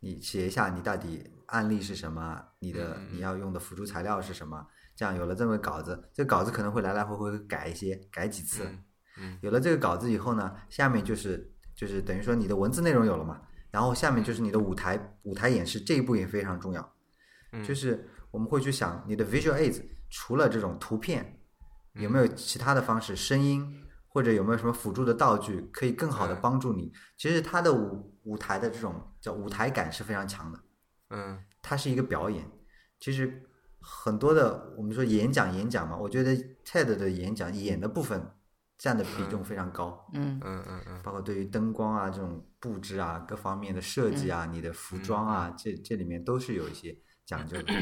S3: 你写一下你到底案例是什么，你的你要用的辅助材料是什么。这样有了这么个稿子，这个稿子可能会来来回回改一些，改几次。
S1: 嗯嗯
S3: 有了这个稿子以后呢，下面就是就是等于说你的文字内容有了嘛，然后下面就是你的舞台舞台演示这一步也非常重要，
S1: 嗯
S3: 就是我们会去想你的 visual aids 除了这种图片，
S1: 嗯
S3: 有没有其他的方式，声音或者有没有什么辅助的道具可以更好的
S1: 嗯
S3: 帮助你？其实它的舞舞台的这种叫舞台感是非常强的，
S1: 嗯
S3: 它是一个表演。其实很多的我们说演讲演讲嘛，我觉得 TED 的演讲演的部分占的比重非常高，
S2: 嗯
S1: 嗯嗯嗯
S3: 包括对于灯光啊这种布置啊各方面的设计啊，你的服装啊，这这里面都是有一些讲究的。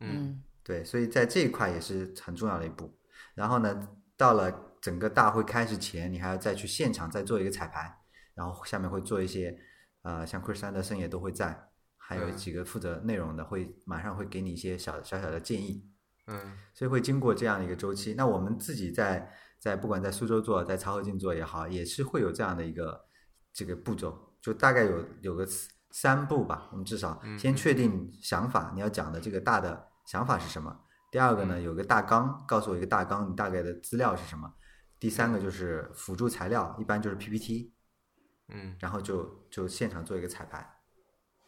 S1: 嗯
S2: 嗯
S3: 对，所以在这一块也是很重要的一步。然后呢，到了整个大会开始前，你还要再去现场再做一个彩排，然后下面会做一些，呃，像 Chris Anderson 也都会在，还有
S1: 嗯
S3: 几个负责内容的会马上会给你一些小小小的建议。
S1: 嗯
S3: 所以会经过这样的一个周期。那我们自己在在不管在苏州做，在曹和进做也好，也是会有这样的一个这个步骤，就大概有有个三步吧。我们至少先确定想法，你要讲的这个大的想法是什么。第二个呢，有个大纲，告诉我一个大纲，你大概的资料是什么。第三个就是辅助材料，一般就是 PPT，
S1: 嗯
S3: 然后就就现场做一个彩排，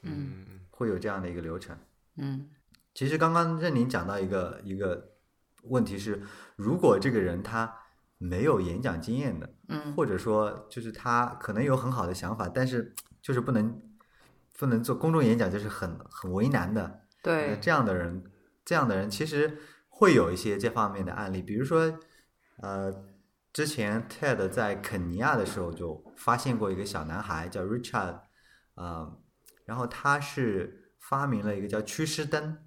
S2: 嗯
S1: 嗯嗯
S3: 会有这样的一个流程。
S2: 嗯
S3: 其实刚刚任宁讲到一个一个问题是，如果这个人他没有演讲经验的，
S2: 嗯
S3: 或者说就是他可能有很好的想法，但是就是不能不能做公众演讲，就是很很为难的。那
S2: 对，
S3: 这样的人，这样的人其实会有一些这方面的案例，比如说，呃，之前 TED 在肯尼亚的时候就发现过一个小男孩叫 Richard，啊、呃，然后他是发明了一个叫驱湿灯，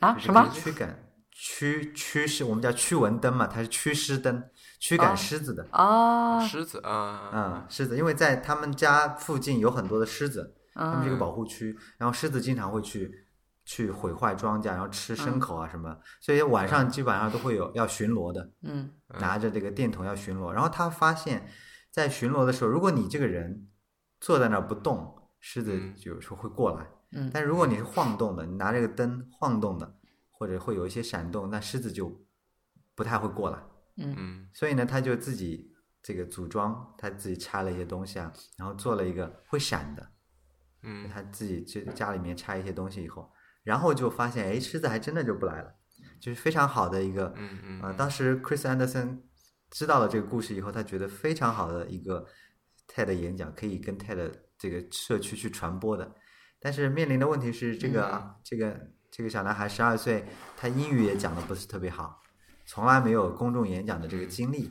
S2: 啊
S3: 就是
S2: 什
S3: 可
S2: 么
S3: 以驱赶驱驱湿，我们叫驱蚊灯嘛，它是驱湿灯，驱
S2: 哦
S3: 赶虱子的。
S2: 啊
S1: 狮子
S3: 嗯
S1: 啊，，
S3: 狮子，因为在他们家附近有很多的狮子，他们是一
S2: 嗯
S3: 个保护区，然后狮子经常会去去毁坏庄稼，然后吃
S2: 嗯
S3: 牲口啊什么，所以晚上基本上都会有要巡逻的，
S2: 嗯
S3: 拿着这个电筒要巡逻。然后他发现，在巡逻的时候，如果你这个人坐在那儿不动，狮子
S1: 嗯
S3: 有时候会过来；
S2: 嗯
S3: 但如果你是晃动的，你拿这个灯晃动的，或者会有一些闪动，那狮子就不太会过来。
S2: 嗯
S1: 嗯
S3: 所以呢，他就自己这个组装，他自己拆了一些东西啊，然后做了一个会闪的，
S1: 嗯
S3: 他自己就家里面拆一些东西以后，然后就发现，哎，狮子还真的就不来了，就是非常好的一个，
S1: 嗯嗯
S3: 呃，当时 Chris Anderson 知道了这个故事以后，他觉得非常好的一个 TED 演讲，可以跟 TED 这个社区去传播的。但是面临的问题是，这
S1: 嗯
S3: 个、啊这个这个小男孩十二岁，他英语也讲的不是特别好，从来没有公众演讲的这个经历。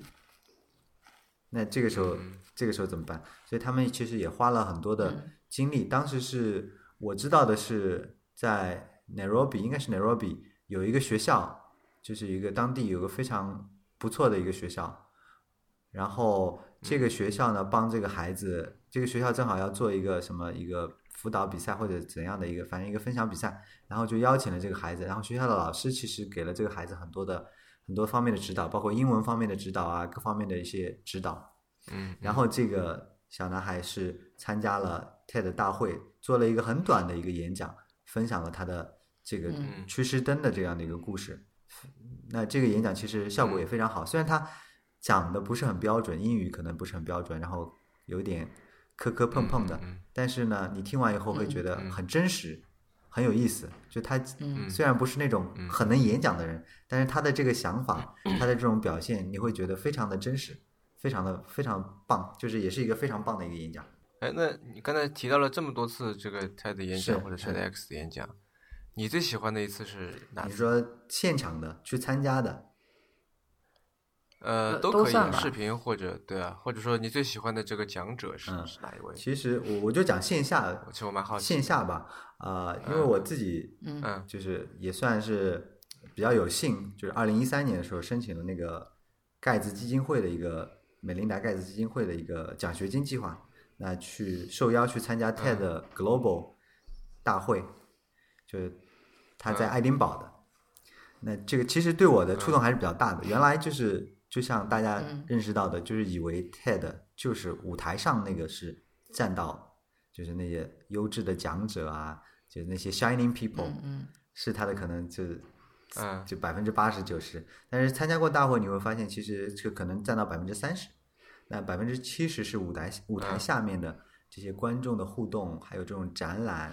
S3: 那这个时候，这个时候怎么办？所以他们其实也花了很多的精力。当时是我知道的是，在 Nairobi，应该是 Nairobi 有一个学校，就是一个当地有个非常不错的一个学校。然后这个学校呢，帮这个孩子，这个学校正好要做一个什么一个辅导比赛或者怎样的一个，反正一个分享比赛，然后就邀请了这个孩子。然后学校的老师其实给了这个孩子很多的很多方面的指导，包括英文方面的指导啊，各方面的一些指导。
S1: 嗯，
S3: 然后这个小男孩是参加了 TED 大会，做了一个很短的一个演讲，分享了他的这个
S1: 嗯
S3: 驱湿灯的这样的一个故事。那这个演讲其实效
S1: 嗯
S3: 果也非常好，虽然他讲的不是很标准，英语可能不是很标准，然后有点磕磕碰碰的，
S1: 嗯
S3: 但是呢，你听完以后会觉得很真实，很有意思。就他
S2: 嗯
S3: 虽然不是那种很能演讲的人，但是他的这个想法，他的这种表现，你会觉得非常的真实，非常的非常棒，就是也是一个非常棒的一个演讲。
S1: 哎，那你刚才提到了这么多次这个 TED 演
S3: 是
S1: 讲或者
S3: 是
S1: TEDx 的演讲，你最喜欢的一次是哪
S3: 你
S1: 次？
S3: 说现场的去参加的，
S1: 呃，
S2: 呃
S1: 都
S2: 都
S1: 可以
S2: 算
S1: 啊，
S2: 吧
S1: 视频或者对啊，或者说你最喜欢的这个讲者是
S3: 嗯
S1: 是哪一位？
S3: 其实我我就讲线下
S1: 我其实我蛮好奇
S3: 线
S1: 的。
S3: 下吧，啊，因为我自己
S2: 嗯
S1: 嗯
S3: 就是也算是比较有幸，就是二零一三年的时候申请了那个盖茨基金会的一个美琳达盖茨基金会的一个奖学金计划，那去受邀去参加 TED Global 大会，就是他在
S1: 嗯
S3: 爱丁堡的。那这个其实对我的触动还是比较大的。原来就是就像大家
S2: 嗯
S3: 认识到的，就是以为 TED 就是舞台上那个是站到，就是那些优质的讲者啊，就是那些 shining people，、
S2: 嗯
S3: 是他的可能就
S1: 嗯
S3: 就百分之八十九十，但是参加过大会，你会发现其实就可能占到百分之三十，那百分之七十是舞台舞台
S1: 嗯
S3: 下面的这些观众的互动，还有这种展览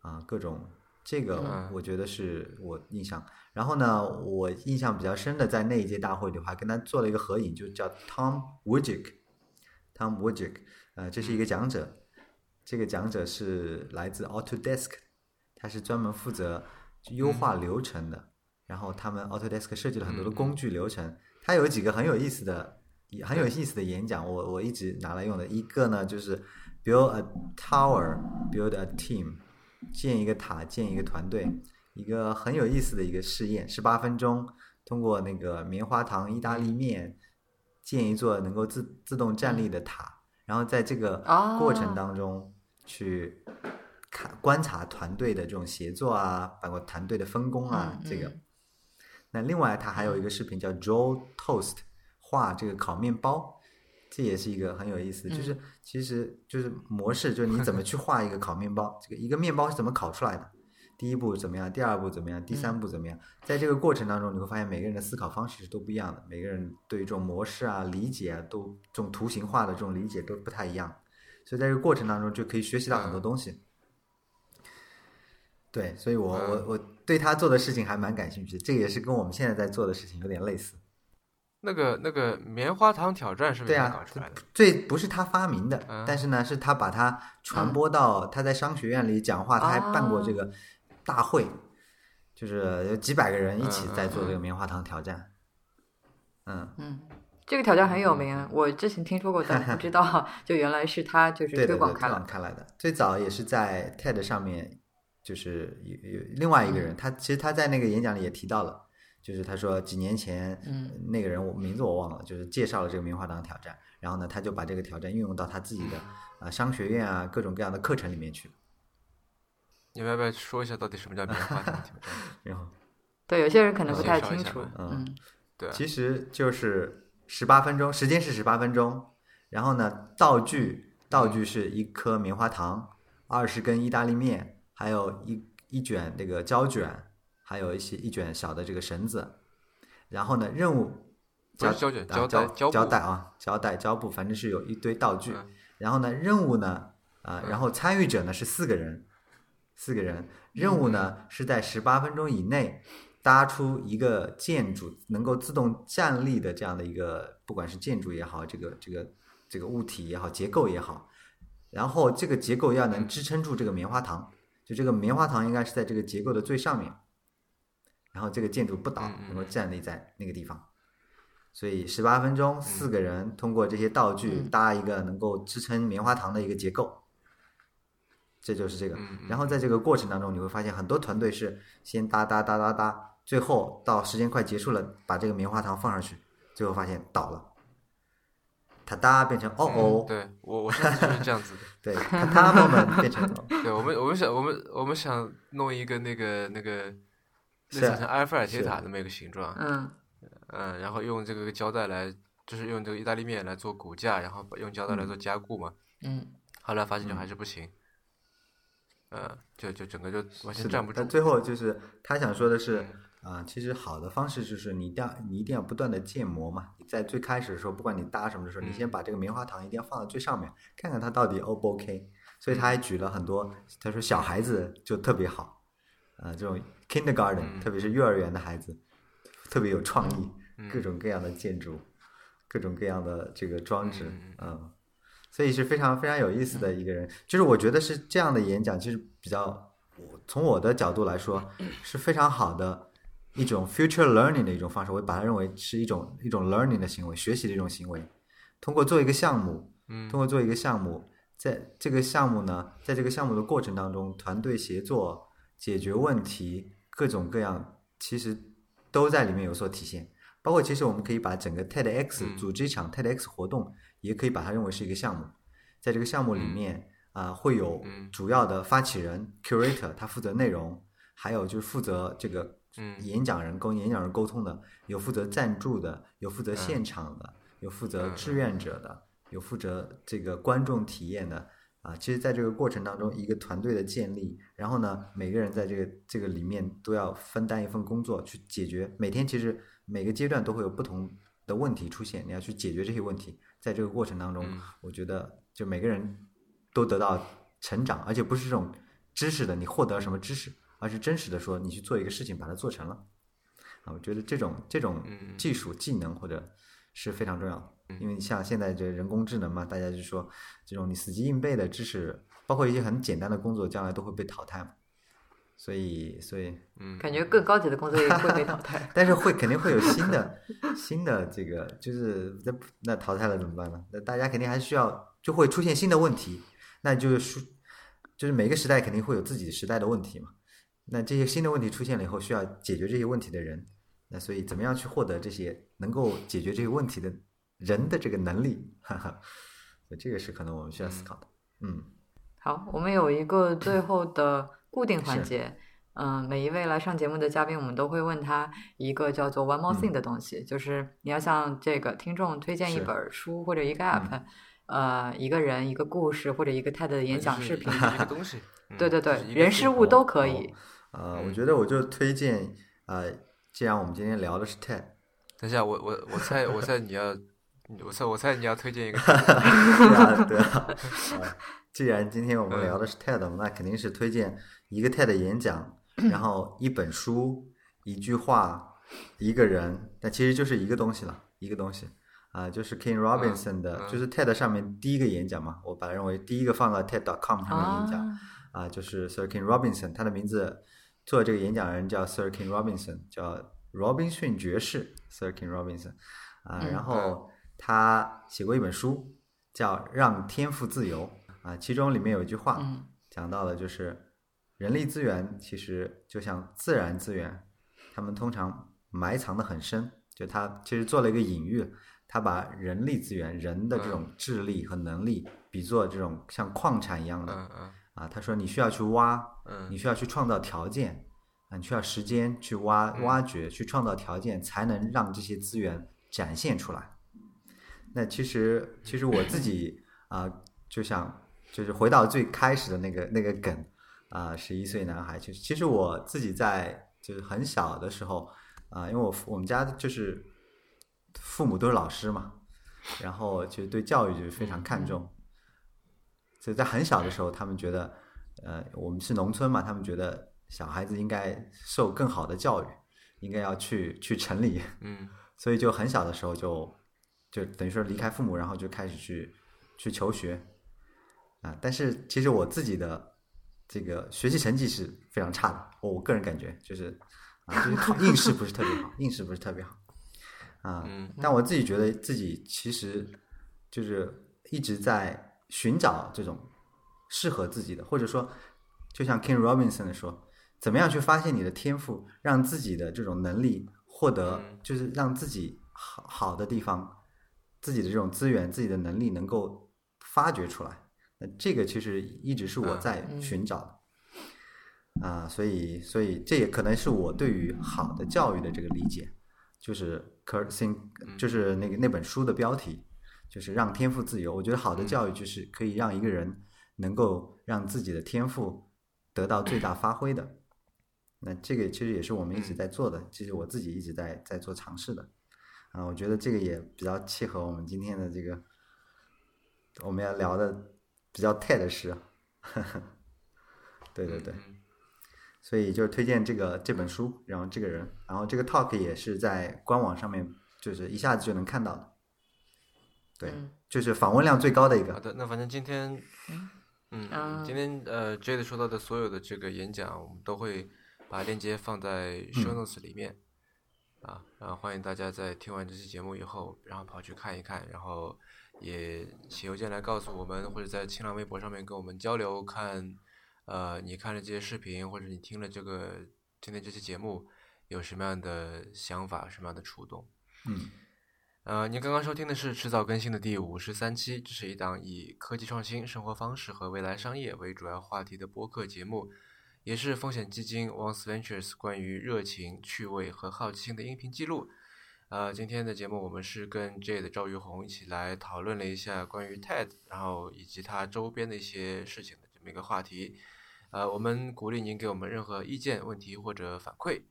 S3: 啊各种，这个
S1: 嗯
S3: 我觉得是我印象。然后呢，我印象比较深的在那一届大会里，我还跟他做了一个合影，就叫 Tom Wojick，Tom Wojick，呃，这是一个讲者，这个讲者是来自 Autodesk，他是专门负
S1: 嗯
S3: 责优化流程的。然后他们 Autodesk 设计了很
S2: 嗯
S3: 多的工具流程，它有几个很有意思的、也很有意思的演讲，我我一直拿来用的。一个呢就是 build a tower, build a team，建一个塔，建一个团队。一个很有意思的一个试验，十八分钟，通过那个棉花糖意大利面建一座能够自自动站立的塔，然后在这个
S2: 啊
S3: 过程当中去看观察团队的这种协作啊，包括团队的分工啊，
S2: 嗯
S3: 这个
S2: 嗯。
S3: 那另外，他还有一个视频叫 Joel Toast，画这个烤面包，这也是一个很有意思的，就是其实就是模式，就是你怎么去画一个烤面包，这个一个面包是怎么烤出来的，第一步怎么样，第二步怎么样，第三步怎么样，在这个过程当中，你会发现每个人的思考方式是都不一样的，每个人对这种模式啊、理解啊，都这种图形化的这种理解都不太一样，所以在这个过程当中就可以学习到很多东西。对，所以我我我对他做的事情还蛮感兴趣，这个也是跟我们现在在做的事情有点类似。
S1: 那个那个棉花糖挑战是不
S3: 对
S1: 是
S3: 啊
S1: 他搞出来的？
S3: 这不是他发明的，
S1: 嗯
S3: 但是呢，是他把它传播
S2: 嗯
S3: 到他在商学院里讲话，他还办过这个大会，就是有几百个人一起在做这个棉花糖挑战。嗯，
S2: 这个挑战很有名，啊我之前听说过，但不知
S3: *laughs*
S2: 道就原来是他就是
S3: 对
S2: 推
S3: 的，
S2: 广
S3: 对，
S2: 开
S3: 推
S2: 了
S3: 广。开来的。最早也是在 TED 上面，就是有有另外一个人，
S2: 嗯
S3: 他其实他在那个演讲里也提到了，就是他说几年前，
S2: 嗯，
S3: 那个人我名字我忘了，就是介绍了这个棉花糖挑战，然后呢，他就把这个挑战运用到他自己的
S2: 嗯
S3: 啊商学院啊各种各样的课程里面去了，
S1: 你们要不要说一下到底什么叫棉花糖挑战？
S3: 然后。
S2: 对，有些人可能不太
S1: 介绍一
S2: 清
S1: 下
S2: 楚
S1: 吧。
S2: 嗯，
S1: 对啊，
S3: 其实就是十八分钟，时间是十八分钟。然后呢，道具道具是一颗棉花糖，二十根意大利面，还有一一卷这个胶卷，还有一些一卷小的这个绳子。然后呢，任务
S1: 不
S3: 胶
S1: 是胶卷、
S3: 啊
S1: 胶带、
S3: 胶
S1: 胶
S3: 胶
S1: 布
S3: 带啊，胶带胶布，反正是有一堆道具。
S1: 嗯
S3: 然后呢，任务呢，啊、
S1: 嗯
S3: 然后参与者呢是四个人，四个人，任务呢
S1: 嗯
S3: 是在十八分钟以内搭出一个建筑，能够自动站立的这样的一个，不管是建筑也好，这个这个这个物体也好，结构也好，然后这个结构要
S1: 嗯
S3: 能支撑住这个棉花糖，就这个棉花糖应该是在这个结构的最上面，然后这个建筑不倒
S1: 嗯嗯，
S3: 能够站立在那个地方。所以十八分钟，四
S1: 嗯
S3: 个人通过这些道具
S2: 嗯
S3: 搭一个能够支撑棉花糖的一个结构，这就是
S1: 嗯
S3: 这个。然后在这个过程当中，你会发现很多团队是先搭搭搭搭搭，最后到时间快结束了，把这个棉花糖放上去，最后发现倒了，哒哒变成哦
S1: 嗯
S3: 哦，
S1: 对我我上次就是这样子的。
S3: 对，哒哒 moment 变成哦
S1: *laughs* 对我们，我们想，我们我们想弄一个那个那个，那
S3: 是
S1: 想成埃菲尔铁
S3: 是
S1: 塔那么一个形状，
S2: 啊嗯，
S1: 嗯，然后用这个胶带来，就是用这个意大利面来做骨架，然后把用胶带来做加固嘛。
S2: 嗯，
S1: 后来发现就还是不行，嗯，就就整个就完
S3: 是
S1: 全
S3: 的
S1: 站不住嗯
S3: 但。最后就是他想说的是，啊、其实好的方式就是你一定要你一定要不断的建模嘛。你在最开始的时候，不管你搭什么的
S1: 嗯
S3: 时候，你先把这个棉花糖一定要放到最上面，看看它到底 O 不 OK。所
S1: 嗯
S3: 以他还举了很多，他说小孩子就特别好，啊、这
S1: 嗯
S3: 种 kindergarten，、特别是幼儿园的孩子，特别有创意，
S1: 嗯
S3: 各种各样的建筑，各种各样的这个装置，嗯所以是非常非常有意思的一个人。就是我觉得是这样的演讲，就是比较，我从我的角度来说是非常好的一种 future learning 的一种方式，我把它认为是一种一种 learning 的行为，学习的一种行为。通过做一个项目，
S1: 嗯
S3: 通过做一个项目，在这个项目呢，在这个项目的过程当中，团队协作、解决问题，各种各样，其实都在里面有所体现。包括其实我们可以把整个 TEDx
S1: 嗯
S3: 组织一场 TEDx 活动，也可以把它认为是一个项目。在这个项目里面啊、会有
S1: 嗯
S3: 主要的发起人 curator，他负责内容，还有就是负责这个
S1: 嗯
S3: 演讲人跟演讲人沟通的，有负责赞助的，有负责现场的，有负责志愿者的，有负责这个观众体验的。啊，其实，在这个过程当中，一个团队的建立，然后呢，每个人在这个这个里面都要分担一份工作，去解决。每天其实每个阶段都会有不同的问题出现，你要去解决这些问题。在这个过程当中，我觉得就每个人都得到成长，而且不是这种知识的你获得什么知识，而是真实的说你去做一个事情，把它做成了。啊，我觉得这种这种技术技能或者是非常重要的，因为你像现在这人工智能嘛，大家就说这种你死记硬背的知识，包括一些很简单的工作，将来都会被淘汰嘛。所以，所以，
S1: 嗯
S2: 感觉更高级的工作也会被淘汰。
S3: 但是会肯定会有新的新的这个，就是那那淘汰了怎么办呢？那大家肯定还需要，就会出现新的问题，那就是说就是每个时代肯定会有自己时代的问题嘛。那这些新的问题出现了以后，需要解决这些问题的人，那所以怎么样去获得这些能够解决这些问题的人的这个能力？ *laughs* 哈哈，所以这个是可能我们需要思考的。嗯，
S2: 好，我们有一个最后的固定环节，嗯、每一位来上节目的嘉宾，我们都会问他一个叫做 “One More Thing”
S1: 嗯
S2: 的东西，就是你要向这个听众推荐一
S3: 是
S2: 本书或者一个
S1: 嗯
S2: app，、呃，一个人、一个故事或者一个他的演讲视频， *laughs*
S1: 一个东西，嗯
S2: 对对对
S1: 就是一，个
S2: 人
S1: 系
S2: 事
S1: 统
S2: 物都可以。
S3: 呃，
S1: 嗯
S3: 我觉得我就推荐，呃，既然我们今天聊的是 TED，
S1: 等一下，我我我猜我猜你要，我猜我猜你要推荐一个
S2: *laughs*
S3: 对啊，对啊。呃既然今天我
S1: 嗯
S3: 们聊的是 TED，那肯定是推荐一个 TED 演讲，然后一本书、一句话、一个人，但其实就是一个东西了，一个东西啊、就是 King Robinson 的，
S1: 嗯
S3: 就是 TED 上面第一个演讲嘛，我把它认为第一个放到 TED.com 上面的
S2: 啊
S3: 演讲。啊，就是 Sir King Robinson，他的名字做这个演讲人叫 Sir King Robinson，叫罗宾逊爵士 Sir King Robinson 啊，
S2: 嗯
S3: 然后他写过一本书叫《让天赋自由》啊，其中里面有一句话
S2: 嗯
S3: 讲到了，就是人力资源其实就像自然资源，他们通常埋藏的很深，就他其实做了一个隐喻。他把人力资源、人
S2: 嗯
S3: 的这种智力和能力比作这种像矿产一样的，
S1: 嗯嗯
S3: 啊，他说你需要去挖，你
S1: 嗯
S3: 需要去创造条件，啊，你需要时间去挖挖掘，去创造条件，才能让这些资源展现出来。那其实，其实我自己啊、就想就是回到最开始的那个那个梗啊，十、1一岁男孩，就是其实我自己在就是很小的时候啊、因为我父我们家就是父母都是老师嘛，然后就对教育就是非常看重，所以在很小的时候，他们觉得，呃，我们是农村嘛，他们觉得小孩子应该受更好的教育，应该要去去城里， *laughs*
S1: 嗯
S3: 所以就很小的时候就就等于说离开父母，然后就开始去去求学啊、但是其实我自己的这个学习成绩是非常差的，我我个人感觉就是啊，就是考应试不是特别好，应试不是特别好啊、
S1: 嗯
S3: 但我自己觉得自己其实就是一直在寻找这种适合自己的，或者说，就像 King Robinson 说，怎么样去发现你的天赋，让自己的这种能力获得，就是让自己好好的地方，自己的这种资源、自己的能力能够发掘出来。那这个其实一直是我在寻找的。啊，所以，所以这也可能是我对于好的教育的这个理解，就是 Kurt Sing，就是那个那本书的标题，就是让天赋自由。我觉得好的教育就是可以让一个人能够让自己的天赋得到最大发挥的。那这个其实也是我们一直在做的，其实我自己一直在在做尝试的。啊，我觉得这个也比较契合我们今天的这个我们要聊的比较 TED 的事。 *laughs* 对对对。
S1: 嗯
S3: 所以就是推荐这个这本书，然后这个人，然后这个 talk 也是在官网上面，就是一下子就能看到的。对，
S2: 嗯
S3: 就是访问量最高的一
S1: 好
S3: 个。
S1: 的，那反正今天，嗯，
S2: 嗯
S1: 今天呃，Jade 说到的所有的这个演讲，我们都会把链接放在 show notes 里面、啊，然后欢迎大家在听完这期节目以后，然后跑去看一看，然后也写邮件来告诉我们，或者在新浪微博上面跟我们交流，看呃，你看了这些视频，或者你听了这个今天这期节目，有什么样的想法，什么样的触动？
S3: 嗯，
S1: 呃，您刚刚收听的是迟早更新的第五十三期，这是一档以科技创新、生活方式和未来商业为主要话题的播客节目，也是风险基金 Once Ventures 关于热情、趣味和好奇心的音频记录。呃，今天的节目我们是跟 J 的赵玉红一起来讨论了一下关于 TED，然后以及它周边的一些事情的这么一个话题。呃，我们鼓励您给我们任何意见、问题或者反馈。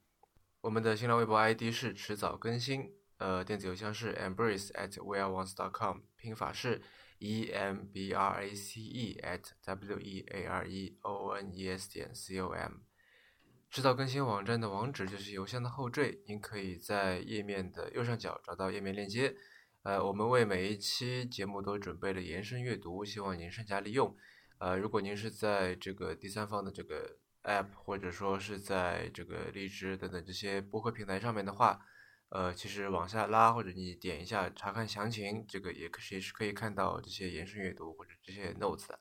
S1: 我们的新浪微博 ID 是迟早更新，呃，电子邮箱是 embrace at weareones.com，拼法是 e m b r a c e at w e a r e o n e s 点 c o m。迟早更新网站的网址就是邮箱的后缀，您可以在页面的右上角找到页面链接。呃，我们为每一期节目都准备了延伸阅读，希望您善加利用。呃，如果您是在这个第三方的这个 App，或者说是在这个荔枝等等这些播客平台上面的话，呃，其实往下拉或者你点一下查看详情，这个也可是也是可以看到这些延伸阅读或者这些 notes 的。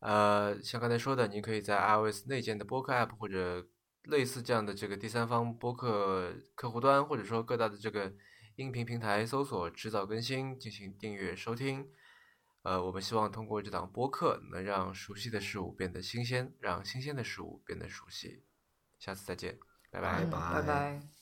S1: 呃，像刚才说的，您可以在 iOS 内建的播客 App 或者类似这样的这个第三方播客客户端，或者说各大的这个音频平台搜索“迟早更新”进行订阅收听。呃，我们希望通过这档播客，能让熟悉的事物变得新鲜，让新鲜的事物变得熟悉。
S4: 下次再见，拜
S1: 拜
S2: 嗯拜
S1: 拜
S2: 拜。